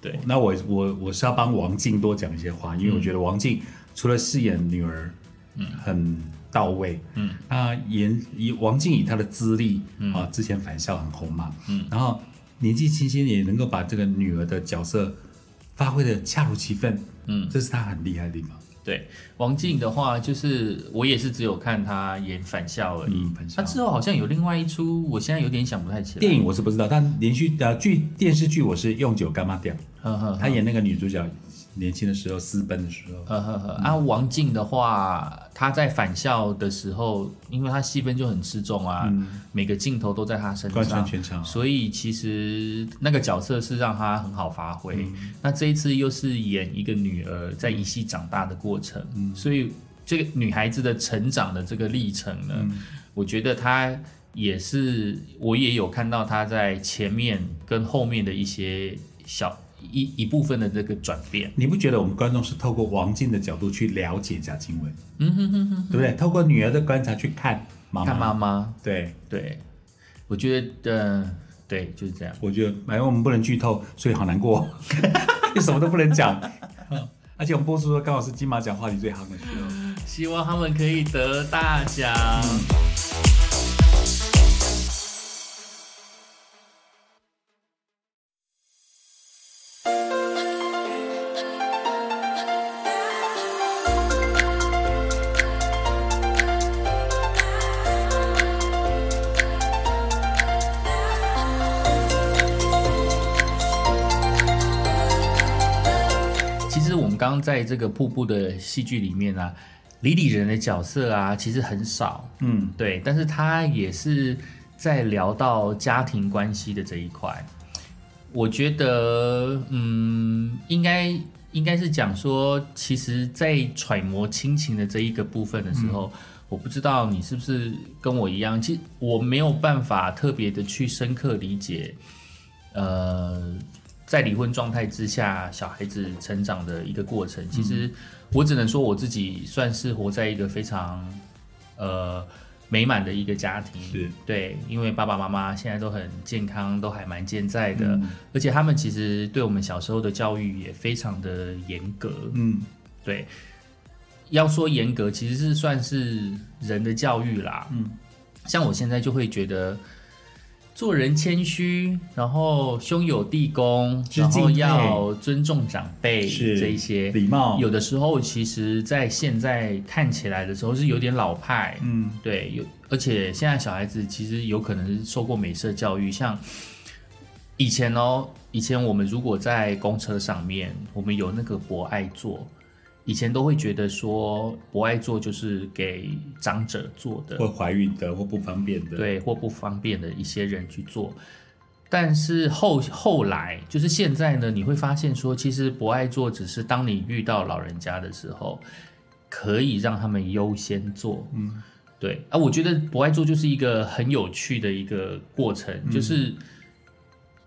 Speaker 1: 对
Speaker 2: 那我我我是要帮王静多讲一些话，因为我觉得王静除了饰演女儿，嗯，很到位，嗯，那演以王静以她的资历、啊，之前返校很红嘛，嗯，然后年纪轻轻也能够把这个女儿的角色发挥的恰如其分，
Speaker 1: 嗯，
Speaker 2: 这是她很厉害的地方，
Speaker 1: 对，王静的话就是我也是只有看她演返校而已。
Speaker 2: 嗯，返
Speaker 1: 她
Speaker 2: 校。
Speaker 1: 之后好像有另外一出，我现在有点想不太起来。
Speaker 2: 电影我是不知道，但连续呃剧电视剧我是用酒干妈掉，
Speaker 1: 呵呵呵
Speaker 2: 她演那个女主角年轻的时候嗯私奔的时候，
Speaker 1: 呵呵呵，啊，王静的话，她在返校的时候，因为她戏份就很吃重啊，每个镜头都在她身
Speaker 2: 嗯贯穿
Speaker 1: 上，
Speaker 2: 全场，啊
Speaker 1: 所以其实那个角色是让她很好发挥。那这一次又是演一个女儿在一系长大的过程，所以这个女孩子的成长的这个历程呢，我觉得她也是，我也有看到她在前面跟后面的一些小一一部分的这个转变。
Speaker 2: 你不觉得我们观众是透过王静的角度去了解贾静雯，嗯哼哼哼，对不对？透过女儿的观察去看，妈
Speaker 1: 看妈
Speaker 2: 妈，
Speaker 1: 妈，
Speaker 2: 对，
Speaker 1: 对，我觉得，呃，对，就是这样。
Speaker 2: 我觉得，哎，我们不能剧透，所以好难过， 就什么都不能讲。而且我们播出的时候刚好是金马奖话题最夯的时候。
Speaker 1: 希望他们可以得大奖。其实我们刚刚在这个瀑布的戏剧里面啊，李李仁的角色啊，其实很少，
Speaker 2: 嗯，
Speaker 1: 对，但是他也是在聊到家庭关系的这一块。我觉得，嗯，应该应该是讲说，其实，在揣摩亲情的这一个部分的时候，我不知道你是不是跟我一样，其实我没有办法特别的去深刻理解，呃，在离婚状态之下，小孩子成长的一个过程。其实，我只能说我自己算是活在一个非常呃美满的一个家庭，
Speaker 2: 是
Speaker 1: 对，因为爸爸妈妈现在都很健康，都还蛮健在的，而且他们其实对我们小时候的教育也非常的严格，
Speaker 2: 嗯，
Speaker 1: 对。要说严格，其实是算是人的教育啦。
Speaker 2: 嗯，
Speaker 1: 像我现在就会觉得，做人谦虚，然后兄友弟恭，
Speaker 2: 知
Speaker 1: 然后
Speaker 2: 敬
Speaker 1: 要尊重长辈，
Speaker 2: 是
Speaker 1: 这一些。
Speaker 2: 礼貌，
Speaker 1: 有的时候，其实，在现在看起来的时候是有点老派，
Speaker 2: 嗯，
Speaker 1: 对，有，而且现在小孩子其实有可能是受过美式教育，像以前哦，以前我们如果在公车上面，我们有那个博爱座，以前都会觉得说博爱座就是给长者坐的，
Speaker 2: 或怀孕的，或不方便的，，
Speaker 1: 对，或不方便的一些人去做。但是后后来就是现在呢，你会发现说，其实博爱座只是当你遇到老人家的时候，可以让他们优先做。嗯，对啊，我觉得博爱座就是一个很有趣的一个过程，就是。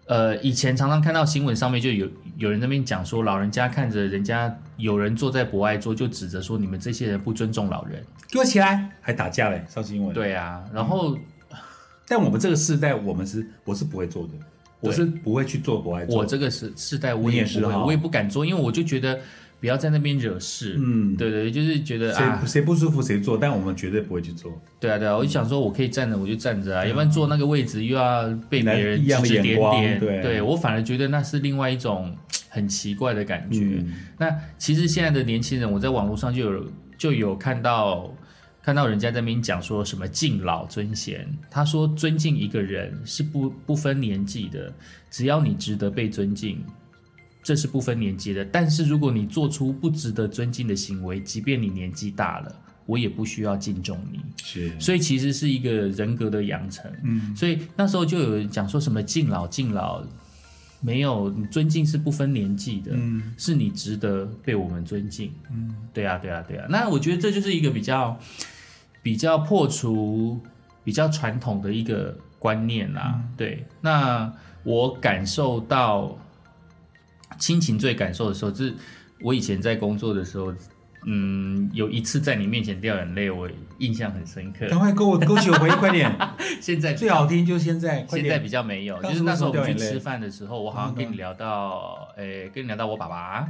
Speaker 1: 呃，以前常常看到新闻上面就有有人在那边讲说，老人家看着人家有人坐在博爱座，就指着说你们这些人不尊重老人。
Speaker 2: 给我起来，还打架嘞，上新闻。，
Speaker 1: 对啊，然后
Speaker 2: 但我们这个世代，我们是我是不会做的，我是不会去做不爱做。
Speaker 1: 我这个时世代，我
Speaker 2: 你
Speaker 1: 也
Speaker 2: 也是
Speaker 1: 不会，
Speaker 2: 哈
Speaker 1: 我也不敢做，因为我就觉得不要在那边惹事。
Speaker 2: 嗯，
Speaker 1: 对对，对就是觉得啊
Speaker 2: 谁，谁不舒服谁做，但我们绝对不会去做。
Speaker 1: 对啊对啊，我就想说我可以站着我就站着啊，要不然坐那个位置又要被别人
Speaker 2: 一样
Speaker 1: 指指
Speaker 2: 的眼
Speaker 1: 点
Speaker 2: 光
Speaker 1: 点。
Speaker 2: 对
Speaker 1: 我反而觉得那是另外一种很奇怪的感觉。
Speaker 2: 嗯
Speaker 1: 那其实现在的年轻人，我在网络上就有就有看到看到人家在那边讲说什么敬老尊贤，他说尊敬一个人是不不分年纪的，只要你值得被尊敬。这是不分年纪的，但是如果你做出不值得尊敬的行为，即便你年纪大了，我也不需要敬重你。
Speaker 2: 是，
Speaker 1: 所以其实是一个人格的养成。嗯，所以那时候就有人讲说什么敬老敬老，没有你尊敬是不分年纪的，
Speaker 2: 嗯
Speaker 1: 是你值得被我们尊敬。
Speaker 2: 嗯，
Speaker 1: 对啊，对啊，对啊。那我觉得这就是一个比较比较破除比较传统的一个观念啦、
Speaker 2: 嗯
Speaker 1: 对，那我感受到亲情最感受的时候，就是我以前在工作的时候。嗯，有一次在你面前掉眼泪，我印象很深刻。
Speaker 2: 赶快勾我勾起我回忆，快 点！
Speaker 1: 现在
Speaker 2: 最好听就现在，快
Speaker 1: 现在
Speaker 2: 点！
Speaker 1: 比较没有，就
Speaker 2: 刚
Speaker 1: 是
Speaker 2: 说
Speaker 1: 那时候我
Speaker 2: 掉
Speaker 1: 们去
Speaker 2: 眼泪嗯
Speaker 1: 吃饭的时候，我好像
Speaker 2: 然后呢
Speaker 1: 跟你聊到，诶、跟你聊到我爸爸。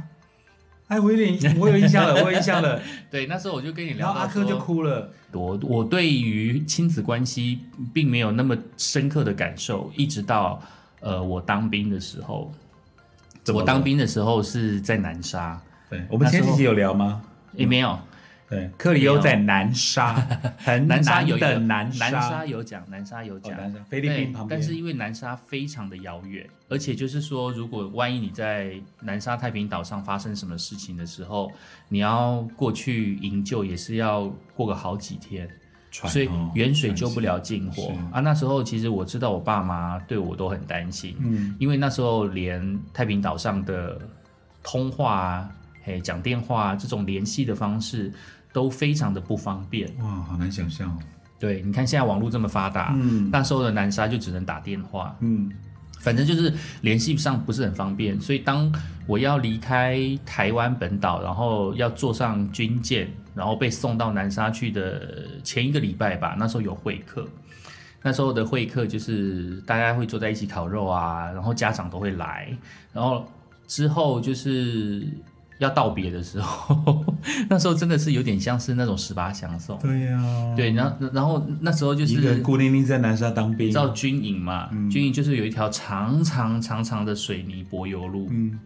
Speaker 2: 哎，我有点，我有印象了，我有印象 了。
Speaker 1: 对，那时候我就跟你
Speaker 2: 然
Speaker 1: 聊
Speaker 2: 后阿
Speaker 1: 到
Speaker 2: 珂就
Speaker 1: 说，
Speaker 2: 哭了。
Speaker 1: 我我对于亲子关系并没有那么深刻的感受，一直到呃我当兵的时候，
Speaker 2: 怎么
Speaker 1: 我
Speaker 2: 了
Speaker 1: 当兵的时候是在南沙，
Speaker 2: 对，我们前几集有聊吗？
Speaker 1: 也、没有
Speaker 2: 对，克里欧在南沙，很
Speaker 1: 南沙有一个
Speaker 2: 的南
Speaker 1: 南
Speaker 2: 沙，
Speaker 1: 沙有讲，南沙有
Speaker 2: 哦
Speaker 1: 讲，
Speaker 2: 南沙，菲律
Speaker 1: 对，
Speaker 2: 宾旁边。
Speaker 1: 但是因为南沙非常的遥远，而且就是说，如果万一你在南沙太平岛上发生什么事情的时候，你要过去营救也是要过个好几天，
Speaker 2: 船
Speaker 1: 所以
Speaker 2: 哦
Speaker 1: 远水
Speaker 2: 船
Speaker 1: 救不了近火
Speaker 2: 是
Speaker 1: 啊。那时候其实我知道我爸妈对我都很担心，
Speaker 2: 嗯，
Speaker 1: 因为那时候连太平岛上的通话啊、嘿讲电话啊这种联系的方式都非常的不方便。
Speaker 2: 哇，好难想象哦。
Speaker 1: 对，你看现在网络这么发达，
Speaker 2: 嗯
Speaker 1: 那时候的南沙就只能打电话。
Speaker 2: 嗯，
Speaker 1: 反正就是联系上不是很方便，所以当我要离开台湾本岛，然后要坐上军舰，然后被送到南沙去的前一个礼拜吧，那时候有会客，那时候的会客就是大家会坐在一起烤肉啊，然后家长都会来，然后之后就是要道别的时候， 那时候真的是有点像是那种十八相送，
Speaker 2: 对呀、
Speaker 1: 对，然后然后那时候就是
Speaker 2: 一个人孤零零在南沙当
Speaker 1: 你
Speaker 2: 兵
Speaker 1: 知，道军营嘛？军营就是有一条长长长长的水泥柏油路，
Speaker 2: 嗯，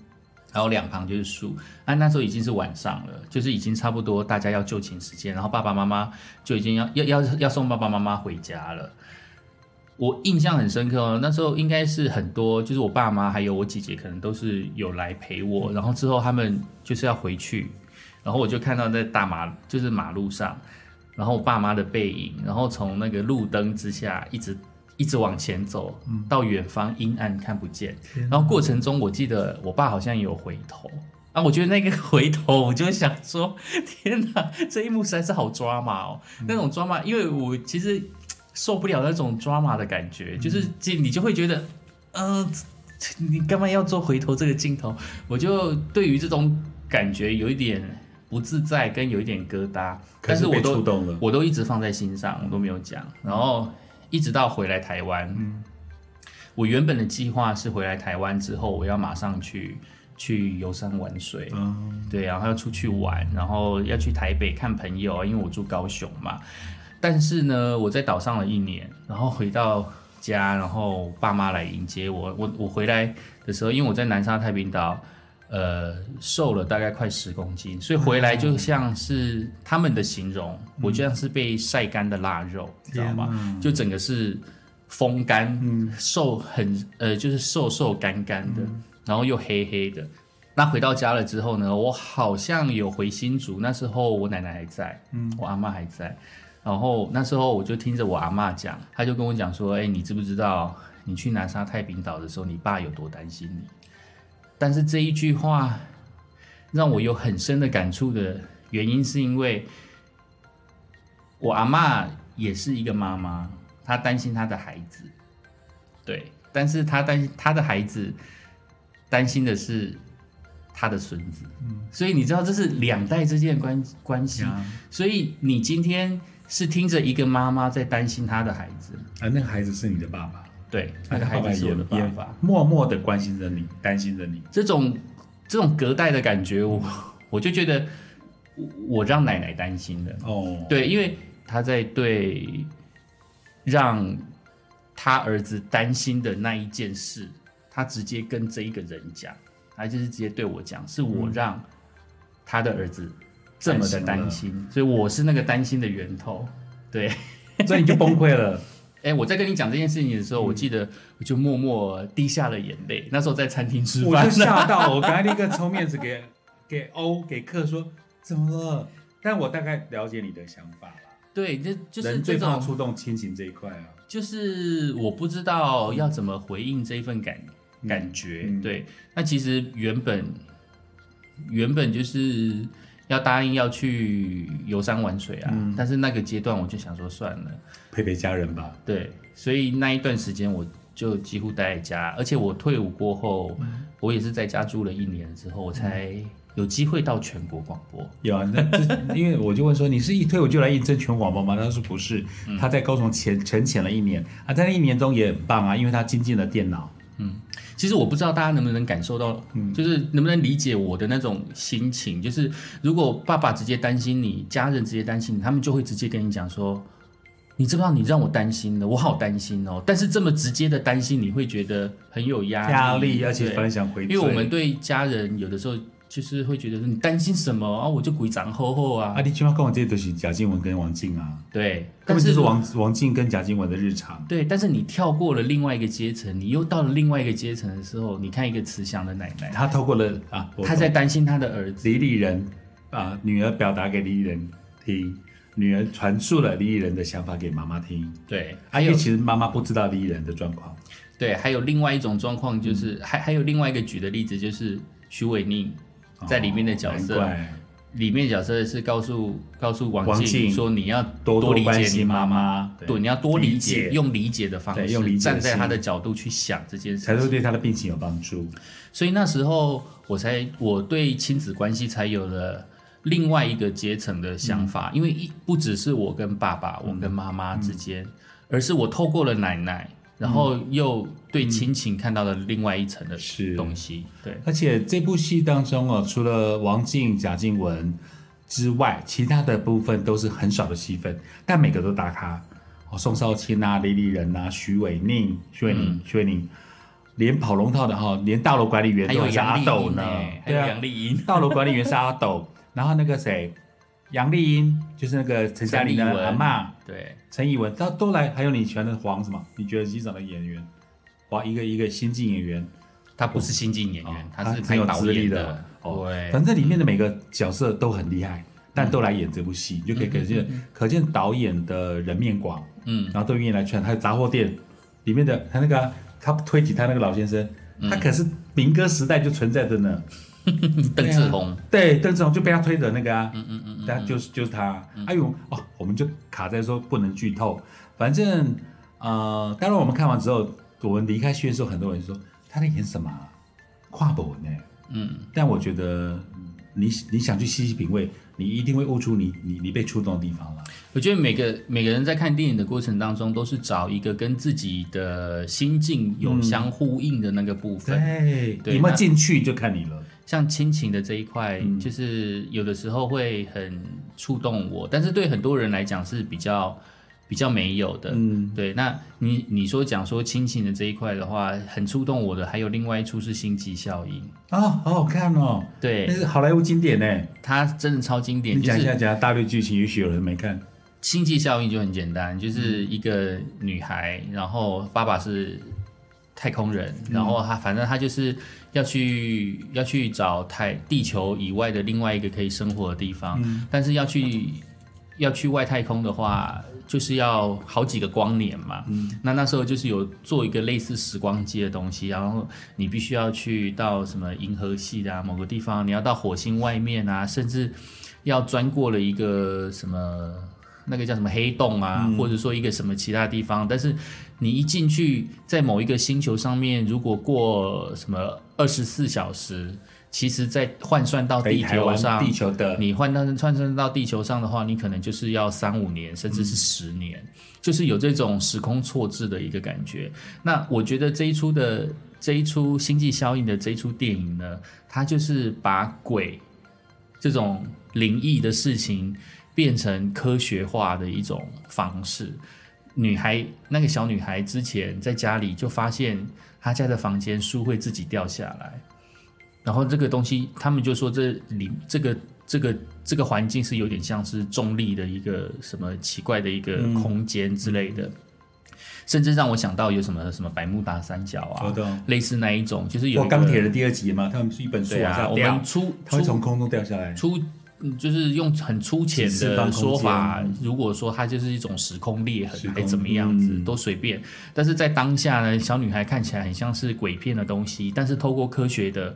Speaker 1: 然后两旁就是树。啊，那时候已经是晚上了，就是已经差不多大家要就寝时间，然后爸爸妈妈就已经要要要要送爸爸妈妈回家了。我印象很深刻哦，那时候应该是很多，就是我爸妈还有我姐姐，可能都是有来陪我。然后之后他们就是要回去，然后我就看到在大马就是马路上，然后我爸妈的背影，然后从那个路灯之下一直一直往前走，
Speaker 2: 嗯
Speaker 1: 到远方阴暗看不见。然后过程中，我记得我爸好像也有回头。啊，我觉得那个回头，我就想说， 天哪，这一幕实在是好抓马哦，
Speaker 2: 嗯
Speaker 1: 那种抓马，因为我其实受不了那种 drama 的感
Speaker 2: 嗯
Speaker 1: 觉，就是这你就会觉得，嗯、你干嘛要做回头这个镜头？我就对于这种感觉有一点不自在，跟有一点疙瘩，但
Speaker 2: 是
Speaker 1: 我
Speaker 2: 被
Speaker 1: 都
Speaker 2: 触动了，
Speaker 1: 我都一直放在心上，我都没有讲。然后一直到回来台湾，我原本的计划是回来台湾之后，我要马上去去游山玩水，
Speaker 2: 嗯，
Speaker 1: 对，然后要出去玩，然后要去台北看朋友，啊因为我住高雄嘛。但是呢，我在岛上了一年，然后回到家，然后爸妈来迎接我。我我回来的时候，因为我在南沙太平岛，呃，瘦了大概快十公斤，所以回来就像是他们的形容，我就像是被晒干的腊肉，你知道吗？就整个是风干，嗯瘦很呃，就是瘦瘦干干的，然后又黑黑的。那回到家了之后呢，我好像有回新竹，那时候我奶奶还在，嗯，我阿妈还在，然后那时候我就听着我阿妈讲，她就跟我讲说，哎、你知不知道你去南沙太平岛的时候，你爸有多担心你？但是这一句话让我有很深的感触的原因，是因为我阿嬷也是一个妈妈，她担心她的孩子，对，但是她担心她的孩子担心的是她的孙子，所以你知道这是两代之间的关关系，
Speaker 2: 呀
Speaker 1: 所以你今天是听着一个妈妈在担心她的孩子，
Speaker 2: 啊，那个孩子是你的爸爸，
Speaker 1: 对，那个孩子是我的
Speaker 2: 爸
Speaker 1: 爸
Speaker 2: 爸也
Speaker 1: 爸
Speaker 2: 也，默默的关心着你，担心着你，
Speaker 1: 这种这种隔代的感觉，我 我就觉得我我让奶奶担心了。
Speaker 2: 哦，
Speaker 1: 对，因为她在对让她儿子担心的那一件事，她直接跟这一个人讲，她就是直接对我
Speaker 2: 嗯
Speaker 1: 讲，是我让她的儿子这么的担
Speaker 2: 担
Speaker 1: 心，所以我是那个担心的源头。对，
Speaker 2: 所以你就崩溃了，
Speaker 1: 哎，我在跟你讲这件事情的时候，我
Speaker 2: 嗯
Speaker 1: 记得我就默默滴下了眼泪。那时候在餐厅吃
Speaker 2: 我
Speaker 1: 饭
Speaker 2: 就，吓到了，我赶快立刻抽面子给给欧给克说怎么了？但我大概了解你的想法了，
Speaker 1: 对，这就是
Speaker 2: 人
Speaker 1: 这
Speaker 2: 最
Speaker 1: 种
Speaker 2: 怕触动亲情这一块啊，
Speaker 1: 就是我不知道要怎么回应这一份感感觉。
Speaker 2: 嗯
Speaker 1: 对，那其实原本原本就是要答应要去游山玩水啊，
Speaker 2: 嗯
Speaker 1: 但是那个阶段我就想说算了，
Speaker 2: 陪陪家人吧，
Speaker 1: 对，所以那一段时间我就几乎待在家，而且我退伍过后，
Speaker 2: 嗯
Speaker 1: 我也是在家住了一年之后，我才有机会到全国广播。
Speaker 2: 有啊，那这因为我就问说，你是一退我就来应征全广播吗？他说不是，他在高雄潜沉潜了一年啊，在那一年中也很棒啊，因为他精进了电脑，
Speaker 1: 其实我不知道大家能不能感受到，
Speaker 2: 嗯
Speaker 1: 就是能不能理解我的那种心情。就是如果爸爸直接担心你，家人直接担心你，他们就会直接跟你讲说：“你知不知道你让我担心了，我好担心哦。”但是这么直接的担心，你会觉得很有压力，
Speaker 2: 压力，而且
Speaker 1: 对
Speaker 2: 反想回
Speaker 1: 因
Speaker 2: 追，
Speaker 1: 为我们对家人有的时候就是会觉得说你担心什么啊，我就鬼长厚厚啊
Speaker 2: 啊，，你起码跟我这些都是贾静雯跟王静啊，
Speaker 1: 对，
Speaker 2: 根
Speaker 1: 但
Speaker 2: 本就是是王王静跟贾静雯的日常，
Speaker 1: 对，但是你跳过了另外一个阶层，你又到了另外一个阶层的时候，你看一个慈祥的奶奶，
Speaker 2: 他透过了啊，我
Speaker 1: 她在担心她的儿子。
Speaker 2: 李李仁啊，女儿表达给李李仁听，女儿传述了李李仁的想法给妈妈听。
Speaker 1: 对，
Speaker 2: 啊，
Speaker 1: 还
Speaker 2: 因
Speaker 1: 有
Speaker 2: 为其实妈妈不知道李李仁的状况，
Speaker 1: 对，还有另外一种状况
Speaker 2: 嗯
Speaker 1: 就是，还还有另外一个举的例子就是徐伟宁在里面的角
Speaker 2: 哦难
Speaker 1: 色，
Speaker 2: 怪
Speaker 1: 里面角色是告诉告诉王
Speaker 2: 王
Speaker 1: 静
Speaker 2: 静
Speaker 1: 说你要
Speaker 2: 多
Speaker 1: 多理
Speaker 2: 关
Speaker 1: 解你
Speaker 2: 心妈
Speaker 1: 妈，
Speaker 2: 妈，
Speaker 1: 对，你要多理
Speaker 2: 理
Speaker 1: 解，
Speaker 2: 解
Speaker 1: 用理解的方
Speaker 2: 对
Speaker 1: 式，
Speaker 2: 用理解的
Speaker 1: 站在
Speaker 2: 心
Speaker 1: 她的角度去想这件
Speaker 2: 才
Speaker 1: 事
Speaker 2: 会
Speaker 1: 情。
Speaker 2: 对他的病情有帮助。
Speaker 1: 所以那时候我才我对亲子关系才有了另外一个阶层的想法，
Speaker 2: 嗯
Speaker 1: 因为一不只是我跟爸爸、我跟妈妈之
Speaker 2: 嗯
Speaker 1: 间，而是我透过了奶奶，然后又对亲情看到了另外一层的
Speaker 2: 嗯是
Speaker 1: 东西。对，
Speaker 2: 而且这部戏当中哦，除了王静、贾静雯之外，其他的部分都是很少的戏份，但每个都大咖哦，宋少卿啊、李李仁啊、徐伟宁、徐伟宁、
Speaker 1: 嗯
Speaker 2: 徐伟宁，连跑龙套的哈、连大楼管理员
Speaker 1: 还
Speaker 2: 都
Speaker 1: 有
Speaker 2: 还是
Speaker 1: 杨
Speaker 2: 阿
Speaker 1: 丽
Speaker 2: 斗
Speaker 1: 英
Speaker 2: 呢
Speaker 1: 呢，，还
Speaker 2: 对
Speaker 1: 有
Speaker 2: 啊
Speaker 1: 杨，丽英，
Speaker 2: 大楼管理员是阿斗，然后那个谁，杨丽英就是那个陈嘉玲
Speaker 1: 陈丽
Speaker 2: 的
Speaker 1: 文
Speaker 2: 阿嬷，
Speaker 1: 对，
Speaker 2: 陈以文，他都来，还有你喜欢的黄什么？你觉得机长的演员，哇，一个一个新晋演员。
Speaker 1: 他不是新晋演
Speaker 2: 哦
Speaker 1: 员，
Speaker 2: 他
Speaker 1: 是
Speaker 2: 很
Speaker 1: 拍
Speaker 2: 有
Speaker 1: 导
Speaker 2: 资历
Speaker 1: 演
Speaker 2: 的哦
Speaker 1: 对，
Speaker 2: 反正里面的每个角色都很厉害，但都来演这部戏，你就可以可见、可见导演的人面广，
Speaker 1: 嗯，
Speaker 2: 然后都愿意来串。还有杂货店里面的他那个啊、他推吉他那个老先生，
Speaker 1: 嗯
Speaker 2: 他可是民歌时代就存在的呢。
Speaker 1: 邓志宏，
Speaker 2: 对，啊邓志宏就被他推的那个啊，嗯嗯嗯，他就是就是他，
Speaker 1: 嗯
Speaker 2: 哎呦哦，我们就卡在说不能剧透，反正呃，当然我们看完之后，我们离开戏院的时候，很多人说他在演什么、啊、跨博文呢、
Speaker 1: 嗯，
Speaker 2: 但我觉得嗯你你想去细细品味，你一定会悟出你你你被触动的地方了。
Speaker 1: 我觉得每个每个人在看电影的过程当中，都是找一个跟自己的心境有相呼应的那个部分。
Speaker 2: 嗯对
Speaker 1: 对
Speaker 2: 有没
Speaker 1: 那
Speaker 2: 有进去就看你了。
Speaker 1: 像亲情的这一块，
Speaker 2: 嗯
Speaker 1: 就是有的时候会很触动我，但是对很多人来讲是比较比较没有的。
Speaker 2: 嗯，
Speaker 1: 对，那你你说讲说亲情的这一块的话，很触动我的，还有另外一出是《星际效应》，
Speaker 2: 啊、好好看哦，那
Speaker 1: 对，
Speaker 2: 是好莱坞经典呢、
Speaker 1: 它真的超经典，
Speaker 2: 你
Speaker 1: 就
Speaker 2: 讲
Speaker 1: 是
Speaker 2: 一下讲一下大略剧情，也许有人没看。
Speaker 1: 星际效应就很简单，就是一个女孩，然后爸爸是太空人，然后她反正她就是要去要去找太地球以外的另外一个可以生活的地方，
Speaker 2: 嗯
Speaker 1: 但是要去要去外太空的话，就是要好几个光年嘛。
Speaker 2: 嗯
Speaker 1: 那那时候就是有做一个类似时光机的东西，然后你必须要去到什么银河系的、啊、某个地方，你要到火星外面啊，甚至要钻过了一个什么那个叫什么黑洞啊，
Speaker 2: 嗯
Speaker 1: 或者说一个什么其他地方，但是你一进去，在某一个星球上面，如果过什么二十四小时，其实再换算到
Speaker 2: 北
Speaker 1: 哦地
Speaker 2: 台
Speaker 1: 球
Speaker 2: 湾
Speaker 1: 上
Speaker 2: 地，球的
Speaker 1: 你换到换算到地球上的话，你可能就是要三五年，甚至是十年，就是有这种时空错置的一个感觉。那我觉得这一出的这一出《星际效应》的这一出电影呢，它就是把鬼这种灵异的事情变成科学化的一种方式。女孩那个小女孩之前在家里就发现她家的房间书会自己掉下来，然后这个东西他们就说这里这个这个这个环境是有点像是重力的一个什么奇怪的一个空间之类的，甚至让我想到有什么什么百慕达三角
Speaker 2: 活
Speaker 1: 啊，
Speaker 2: 动。
Speaker 1: 类似那一种，就是有
Speaker 2: 或
Speaker 1: 一个
Speaker 2: 哦钢铁人第二集嘛，他们是一本书
Speaker 1: 对
Speaker 2: 往
Speaker 1: 啊，
Speaker 2: 下
Speaker 1: 我
Speaker 2: 掉
Speaker 1: 们，出
Speaker 2: 它会
Speaker 1: 出
Speaker 2: 从空中掉下来。
Speaker 1: 粗，嗯就是用很粗浅
Speaker 2: 几次
Speaker 1: 的
Speaker 2: 方空
Speaker 1: 说
Speaker 2: 间
Speaker 1: 法，如果说它就是一种时空裂
Speaker 2: 时
Speaker 1: 痕，
Speaker 2: 空
Speaker 1: 还怎么样子、
Speaker 2: 嗯
Speaker 1: 都随便。但是在当下呢，小女孩看起来很像是鬼片的东西，但是透过科学的。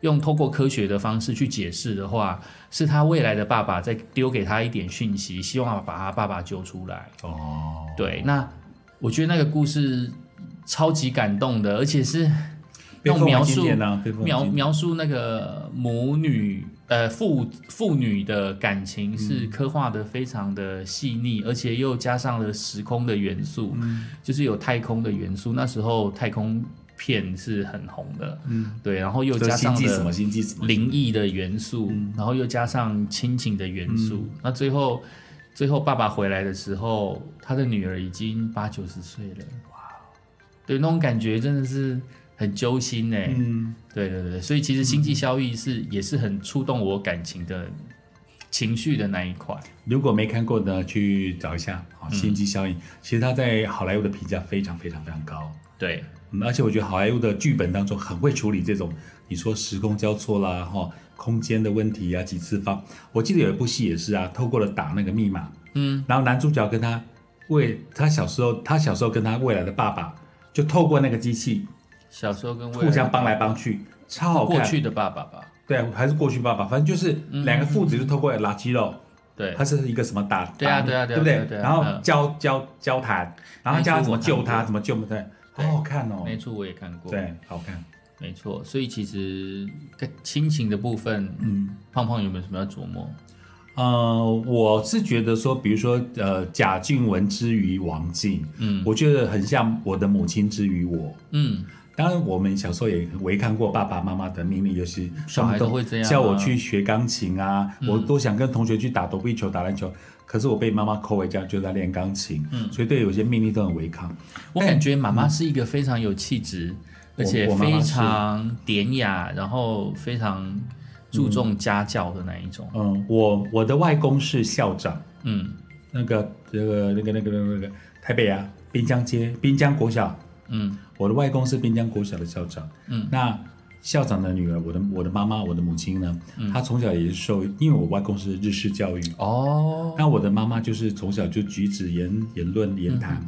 Speaker 1: 用透过科学的方式去解释的话，是她未来的爸爸在丢给她一点讯息，希望把她爸爸揪出来。
Speaker 2: 哦，
Speaker 1: 对，那我觉得那个故事超级感动的，而且是
Speaker 2: 被
Speaker 1: 用
Speaker 2: 奉为
Speaker 1: 描
Speaker 2: 经
Speaker 1: 述
Speaker 2: 典啊，被奉为
Speaker 1: 描
Speaker 2: 经典
Speaker 1: 描述那个母女呃父父女的感情
Speaker 2: 嗯
Speaker 1: 是刻画的非常的细腻，而且又加上了时空的元素，
Speaker 2: 嗯
Speaker 1: 就是有太空的元素。那时候太空片是很红的，嗯，对，然后又
Speaker 2: 这
Speaker 1: 加上
Speaker 2: 星际什
Speaker 1: 了
Speaker 2: 么星际什么，
Speaker 1: 灵异的元素，
Speaker 2: 嗯
Speaker 1: 然后又加上亲情的元素，那最后。最后，爸爸回来的时候，他的女儿已经八九十岁了，哇！
Speaker 2: 哦
Speaker 1: 对，那种感觉真的是很揪心哎、
Speaker 2: 嗯，
Speaker 1: 对对对，所以其实星际效益是、也是很触动我感情的情绪的那一块。
Speaker 2: 如果没看过的去找一下
Speaker 1: 嗯
Speaker 2: 啊，《星际效应》其实它在好莱坞的评价非常非常非常高，
Speaker 1: 对，
Speaker 2: 嗯，而且我觉得好莱坞的剧本当中很会处理这种你说时空交错啦，哈，空间的问题啊，几次方。我记得有一部戏也是啊，透过了打那个密码，嗯，然后男主角跟他未他小时候，他小时候跟他未来的爸爸就透过那个机器
Speaker 1: 小时候跟未来
Speaker 2: 啊互相帮来帮去，超好
Speaker 1: 过
Speaker 2: 看。
Speaker 1: 去的爸爸吧，
Speaker 2: 对，啊还是过去爸爸，反正就是两个父子就透过拉肌肉，
Speaker 1: 嗯对
Speaker 2: 他是一个什么打，
Speaker 1: 对啊
Speaker 2: 打
Speaker 1: 对啊对
Speaker 2: 对
Speaker 1: 啊
Speaker 2: 不
Speaker 1: 对啊对啊
Speaker 2: 然后
Speaker 1: 嗯
Speaker 2: 交交交谈，然后教他怎么救他，
Speaker 1: 那
Speaker 2: 怎么救对，
Speaker 1: 对
Speaker 2: 好好看哦，
Speaker 1: 那出我也看过，
Speaker 2: 对，好看，
Speaker 1: 没错，所以其实跟亲情的部分，
Speaker 2: 嗯。
Speaker 1: 胖胖有没有什么要琢磨？
Speaker 2: 呃，我是觉得说，比如说，呃，贾静雯之于王静，
Speaker 1: 嗯
Speaker 2: 我觉得很像我的母亲之于我。
Speaker 1: 嗯，
Speaker 2: 当然，我们小时候也违抗过爸爸妈妈的命令，尤其
Speaker 1: 小孩都会这样啊嗯
Speaker 2: 叫我去学钢琴啊，我都想跟同学去打躲避球、打篮球，可是我被妈妈扣回家就在练钢琴，
Speaker 1: 嗯
Speaker 2: 所以对有些命令都很违抗。
Speaker 1: 我感觉妈妈是一个非常有气质，而且
Speaker 2: 嗯我我妈妈
Speaker 1: 非
Speaker 2: 是
Speaker 1: 常典雅，然后非常注重家教的那一种。
Speaker 2: 嗯，我我的外公是校长，
Speaker 1: 嗯
Speaker 2: 那个那个那个那个那个那个台北啊，滨江街滨江国小，
Speaker 1: 嗯
Speaker 2: 我的外公是滨江国小的校长，
Speaker 1: 嗯，
Speaker 2: 那校长的女儿，我的我的妈妈，我的母亲呢，
Speaker 1: 嗯
Speaker 2: 她从小也是受，因为我外公是日式教育，
Speaker 1: 哦，
Speaker 2: 那我的妈妈就是从小就举止言言论言谈。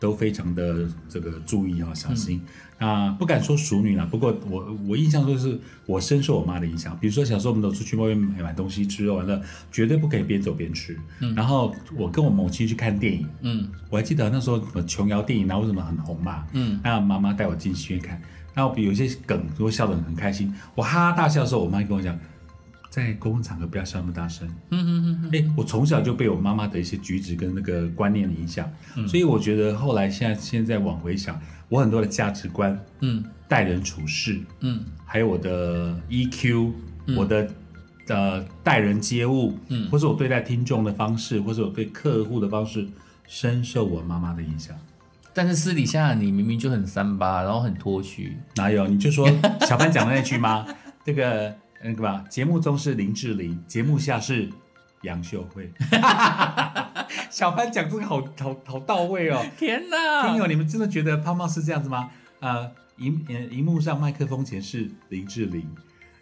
Speaker 2: 都非常的这个注意啊，小心。那不敢说熟女啦，不过我我印象中是我深受我妈的影响。比如说小时候我们走出去外面买买东西吃完了，绝对不可以边走边吃。然后我跟我母亲去看电影，
Speaker 1: 嗯
Speaker 2: 我还记得那时候什么琼瑶电影，然后什么很红嘛，
Speaker 1: 嗯，
Speaker 2: 那妈妈带我进戏院看，那我有些梗如果笑得很开心，我哈哈大笑的时候，我妈跟我讲，在公共场合不要笑那么大声。
Speaker 1: 嗯嗯嗯
Speaker 2: 哎、我从小就被我妈妈的一些举止跟那个观念影响，所以我觉得后来现在现在往回想，我很多的价值观、
Speaker 1: 嗯
Speaker 2: 待人处事，
Speaker 1: 嗯
Speaker 2: 还有我的 EQ，、我的呃待人接物，
Speaker 1: 嗯
Speaker 2: 或是我对待听众的方式，或是我对客户的方式，深受我妈妈的影响。
Speaker 1: 嗯，但是私底下你明明就很三八，然后很脱序，
Speaker 2: 哪有？你就说小潘讲的那句吗？ 这个那个吧，节目中是林志玲，节目下是杨秀慧。 小潘讲这个好好好到位哦。
Speaker 1: 天哪
Speaker 2: 听友，你们真的觉得胖胖是这样子吗？呃，荧呃荧幕上麦克风前是林志玲，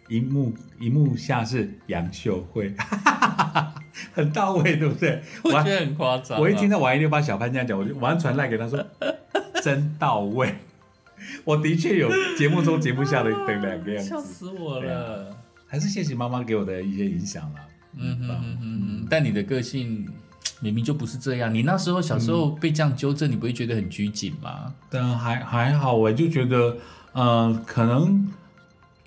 Speaker 2: 荧幕荧幕下是杨秀慧， 很到位，对不对？
Speaker 1: 我
Speaker 2: 还
Speaker 1: 觉得很夸张啊。
Speaker 2: 我一听到我一六八小潘这样讲，我就马上传赖给他 说，真到位。 我的确有节目中节目下的等两个样
Speaker 1: 笑
Speaker 2: 子，
Speaker 1: 死我
Speaker 2: 对啊
Speaker 1: 了。
Speaker 2: 还是谢谢妈妈给我的一些影响啦。
Speaker 1: 嗯哼嗯哼嗯哼，但你的个性明明就不是这样。你那时候小时候
Speaker 2: 嗯
Speaker 1: 被这样纠正，你不会觉得很拘谨吗？
Speaker 2: 但还还好，我就觉得，呃，可能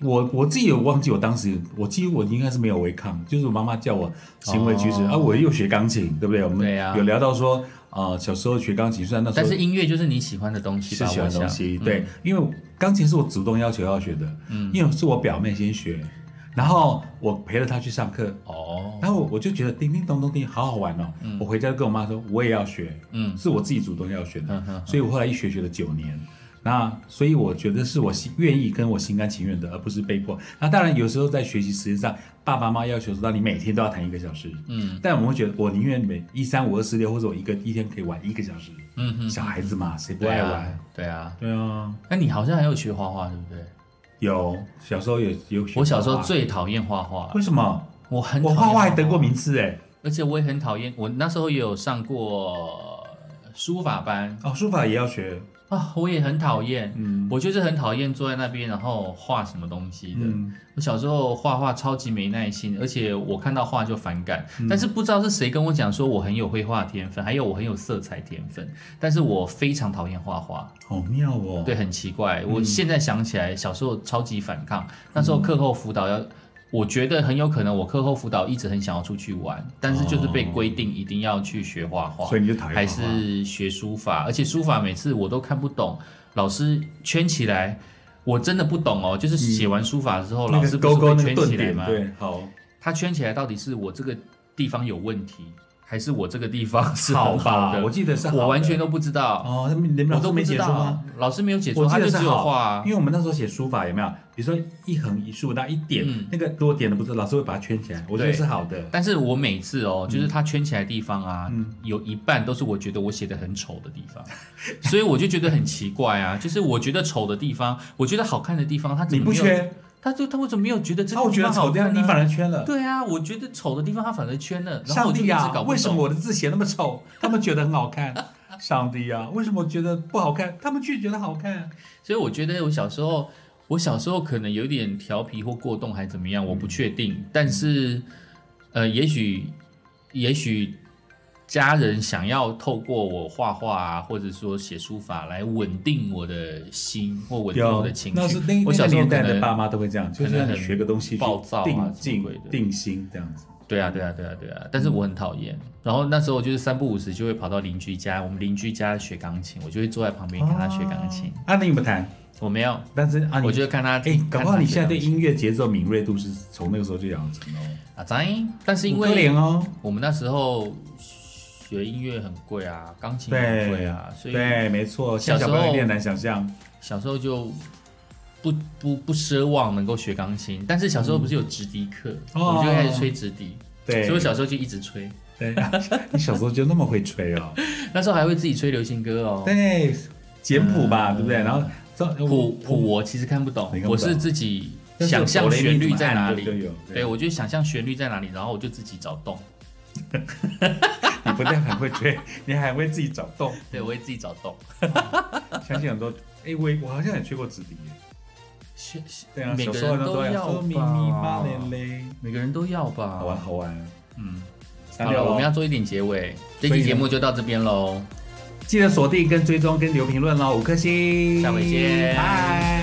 Speaker 2: 我我自己也忘记我当时，我记得我应该是没有违抗，就是我妈妈叫我行为举止、
Speaker 1: 哦
Speaker 2: 啊，我又学钢琴，对不对？我们
Speaker 1: 对啊
Speaker 2: 有聊到说，呃，小时候学钢琴，虽然那时
Speaker 1: 但
Speaker 2: 候
Speaker 1: 是音乐就是你喜欢的东西
Speaker 2: 是
Speaker 1: 吧？
Speaker 2: 喜
Speaker 1: 我
Speaker 2: 欢东
Speaker 1: 想，
Speaker 2: 西，对，因为钢琴是我主动要求要学的，
Speaker 1: 嗯
Speaker 2: 因为是我表妹先学，然后我陪着她去上课，
Speaker 1: 哦，
Speaker 2: 然后我我就觉得叮叮咚咚叮，好好玩哦，我回家就跟我妈说我也要学，
Speaker 1: 嗯
Speaker 2: 是我自己主动要学的，
Speaker 1: 嗯嗯
Speaker 2: 所以我后来一学学了九年。那所以我觉得是我心愿意跟我心甘情愿的，而不是被迫。那当然有时候在学习时间上，爸爸妈妈要求说你每天都要弹一个小时，
Speaker 1: 嗯
Speaker 2: 但我们会觉得我宁愿每一三五二四六，或者我一个一天可以玩一个小时。
Speaker 1: 嗯哼，
Speaker 2: 小孩子嘛，谁不
Speaker 1: 对
Speaker 2: 爱玩？
Speaker 1: 啊，对啊。
Speaker 2: 对啊，
Speaker 1: 那你好像还有学画画，对不对？
Speaker 2: 有小时候有有学
Speaker 1: 我小时候
Speaker 2: 画画
Speaker 1: 最讨厌画画，
Speaker 2: 为什么
Speaker 1: 我很
Speaker 2: 我
Speaker 1: 讨
Speaker 2: 画
Speaker 1: 厌
Speaker 2: 画还得过，名次哎？
Speaker 1: 而且我也很讨厌。我那时候也有上过书法班
Speaker 2: 哦，书法也要学，
Speaker 1: 啊，我也很讨厌。
Speaker 2: 嗯
Speaker 1: 我就是很讨厌坐在那边然后画什么东西的。
Speaker 2: 嗯，
Speaker 1: 我小时候画画超级没耐心，而且我看到画就反感。
Speaker 2: 嗯
Speaker 1: 但是不知道是谁跟我讲说我很有绘画天分，还有我很有色彩天分，但是我非常讨厌画画。
Speaker 2: 好妙哦。
Speaker 1: 对，，很奇怪。我现在想起来，小时候超级反抗。那
Speaker 2: 嗯
Speaker 1: 时候课后辅导要，我觉得很有可能我课后辅导一直很想要出去玩，但是就是被规定一定要去学画画。
Speaker 2: 哦所以你就讨厌
Speaker 1: 还
Speaker 2: 画画
Speaker 1: 是学书法，而且书法每次我都看不懂，老师圈起来，我真的不懂哦。就是写完书法之后，
Speaker 2: 嗯那
Speaker 1: 老
Speaker 2: 个
Speaker 1: 师
Speaker 2: 勾
Speaker 1: 不
Speaker 2: 勾
Speaker 1: 是
Speaker 2: 那
Speaker 1: 会圈
Speaker 2: 个顿
Speaker 1: 起来
Speaker 2: 点，
Speaker 1: 吗？
Speaker 2: 对，好，
Speaker 1: 他圈起来到底是我这个地方有问题，还是我这个地方是
Speaker 2: 好
Speaker 1: 很
Speaker 2: 吧，
Speaker 1: 的？
Speaker 2: 我记得是好的
Speaker 1: 我完全都不知 道，
Speaker 2: 哦，他们你们
Speaker 1: 我
Speaker 2: 老
Speaker 1: 都
Speaker 2: 师
Speaker 1: 不
Speaker 2: 没解
Speaker 1: 知
Speaker 2: 说
Speaker 1: 道啊
Speaker 2: 吗？。
Speaker 1: 老师没有解
Speaker 2: 我
Speaker 1: 说，
Speaker 2: 记
Speaker 1: 他
Speaker 2: 得
Speaker 1: 就是只有
Speaker 2: 好
Speaker 1: 画啊
Speaker 2: 因。为我们那时候写书法有没有？比如说一横一竖，那一点
Speaker 1: 嗯
Speaker 2: 那个如果点的不是，老师会把它圈起来，我觉得
Speaker 1: 对
Speaker 2: 是好的。
Speaker 1: 但是我每次哦，就是他圈起来的地方啊，
Speaker 2: 嗯
Speaker 1: 有一半都是我觉得我写的很丑的地方，所以我就觉得很奇怪啊。就是我觉得丑的地方，我觉得好看的地方，他怎
Speaker 2: 你
Speaker 1: 么
Speaker 2: 不
Speaker 1: 没有？
Speaker 2: 缺，
Speaker 1: 他就他为什么没有觉得这
Speaker 2: 那
Speaker 1: 个
Speaker 2: 我
Speaker 1: 地
Speaker 2: 觉得
Speaker 1: 方好
Speaker 2: 丑掉，
Speaker 1: 看
Speaker 2: 你
Speaker 1: 呢？
Speaker 2: 反而圈了。
Speaker 1: 对啊，我觉得丑的地方他反而圈了，然后
Speaker 2: 上
Speaker 1: 我就一
Speaker 2: 帝
Speaker 1: 直
Speaker 2: 啊
Speaker 1: 搞，不
Speaker 2: 为什
Speaker 1: 懂
Speaker 2: 么我的字写那么丑， 他们觉得很好看？上帝啊，为什么我觉得不好看，他们却觉得好看？
Speaker 1: 所以我觉得我小时候我小时候可能有点调皮或过动，还怎么样，
Speaker 2: 嗯
Speaker 1: 我不确定。但是，呃，也许，也许家人想要透过我画画啊，或者说写书法来稳定我的心或稳定我的情绪。
Speaker 2: 啊那是那
Speaker 1: 我
Speaker 2: 那
Speaker 1: 小
Speaker 2: 个
Speaker 1: 时候
Speaker 2: 年
Speaker 1: 可
Speaker 2: 代
Speaker 1: 能
Speaker 2: 的爸妈都会这样，就是让你
Speaker 1: 很
Speaker 2: 学个东西去
Speaker 1: 暴躁啊
Speaker 2: 定
Speaker 1: 什么鬼
Speaker 2: 静
Speaker 1: 的
Speaker 2: 定心这样子。
Speaker 1: 对啊，对啊，对啊，对啊！但是我很讨厌。然后那时候就是三不五时就会跑到邻居家，我们邻居家学钢琴，我就会坐在旁边看他学钢琴。
Speaker 2: 啊，那你有没有弹？
Speaker 1: 我没有，
Speaker 2: 但是啊，你
Speaker 1: 我就会看他。
Speaker 2: 哎，搞不好你现在对
Speaker 1: 对
Speaker 2: 音乐节奏敏锐度是从那个时候就养成了哦。
Speaker 1: 啊，咱但是因
Speaker 2: 五哥
Speaker 1: 为
Speaker 2: 脸哦，
Speaker 1: 我们那时候学音乐很贵啊，钢琴很贵
Speaker 2: 对
Speaker 1: 啊，所以
Speaker 2: 对，没错，像
Speaker 1: 小
Speaker 2: 小
Speaker 1: 时
Speaker 2: 朋友
Speaker 1: 候
Speaker 2: 有点难想象。
Speaker 1: 小时候就不不不奢望能够学钢琴。但是小时候不是有直笛课，
Speaker 2: 哦
Speaker 1: 我就开始吹直笛，
Speaker 2: 对，
Speaker 1: 所以我小时候就一直吹。
Speaker 2: 对， 你小时候就那么会吹 哦。
Speaker 1: 那时候还会自己吹流行歌哦。
Speaker 2: 对，简谱吧，对不对？然后这
Speaker 1: 谱谱我其实看不懂
Speaker 2: 你看，不懂
Speaker 1: 我是自己
Speaker 2: 但是
Speaker 1: 想象旋律在哪
Speaker 2: 有哆来咪怎么按
Speaker 1: 里
Speaker 2: 就有，对
Speaker 1: 对我就想象旋律在哪里，然后我就自己找洞，
Speaker 2: 你不但很会吹，你还会自己找洞。
Speaker 1: 对我会自己找洞。
Speaker 2: 相信很多，哎，我我好像也吹过纸笛耶。
Speaker 1: 是是
Speaker 2: 对啊，
Speaker 1: 每
Speaker 2: 小
Speaker 1: 个
Speaker 2: 时候
Speaker 1: 人
Speaker 2: 都
Speaker 1: 都
Speaker 2: 要
Speaker 1: 要
Speaker 2: 说咪咪
Speaker 1: 吧
Speaker 2: 妈嘞嘞，
Speaker 1: 每个人都要吧。
Speaker 2: 好玩，好玩。
Speaker 1: 嗯，
Speaker 2: 三
Speaker 1: 好
Speaker 2: 六
Speaker 1: 了，
Speaker 2: 咯
Speaker 1: 我们要做一点结尾，这
Speaker 2: 所以
Speaker 1: 期
Speaker 2: 呢
Speaker 1: 节目就到这边喽。
Speaker 2: 记得锁定跟追踪跟留评论喽，五颗星，
Speaker 1: 下回见
Speaker 2: 拜。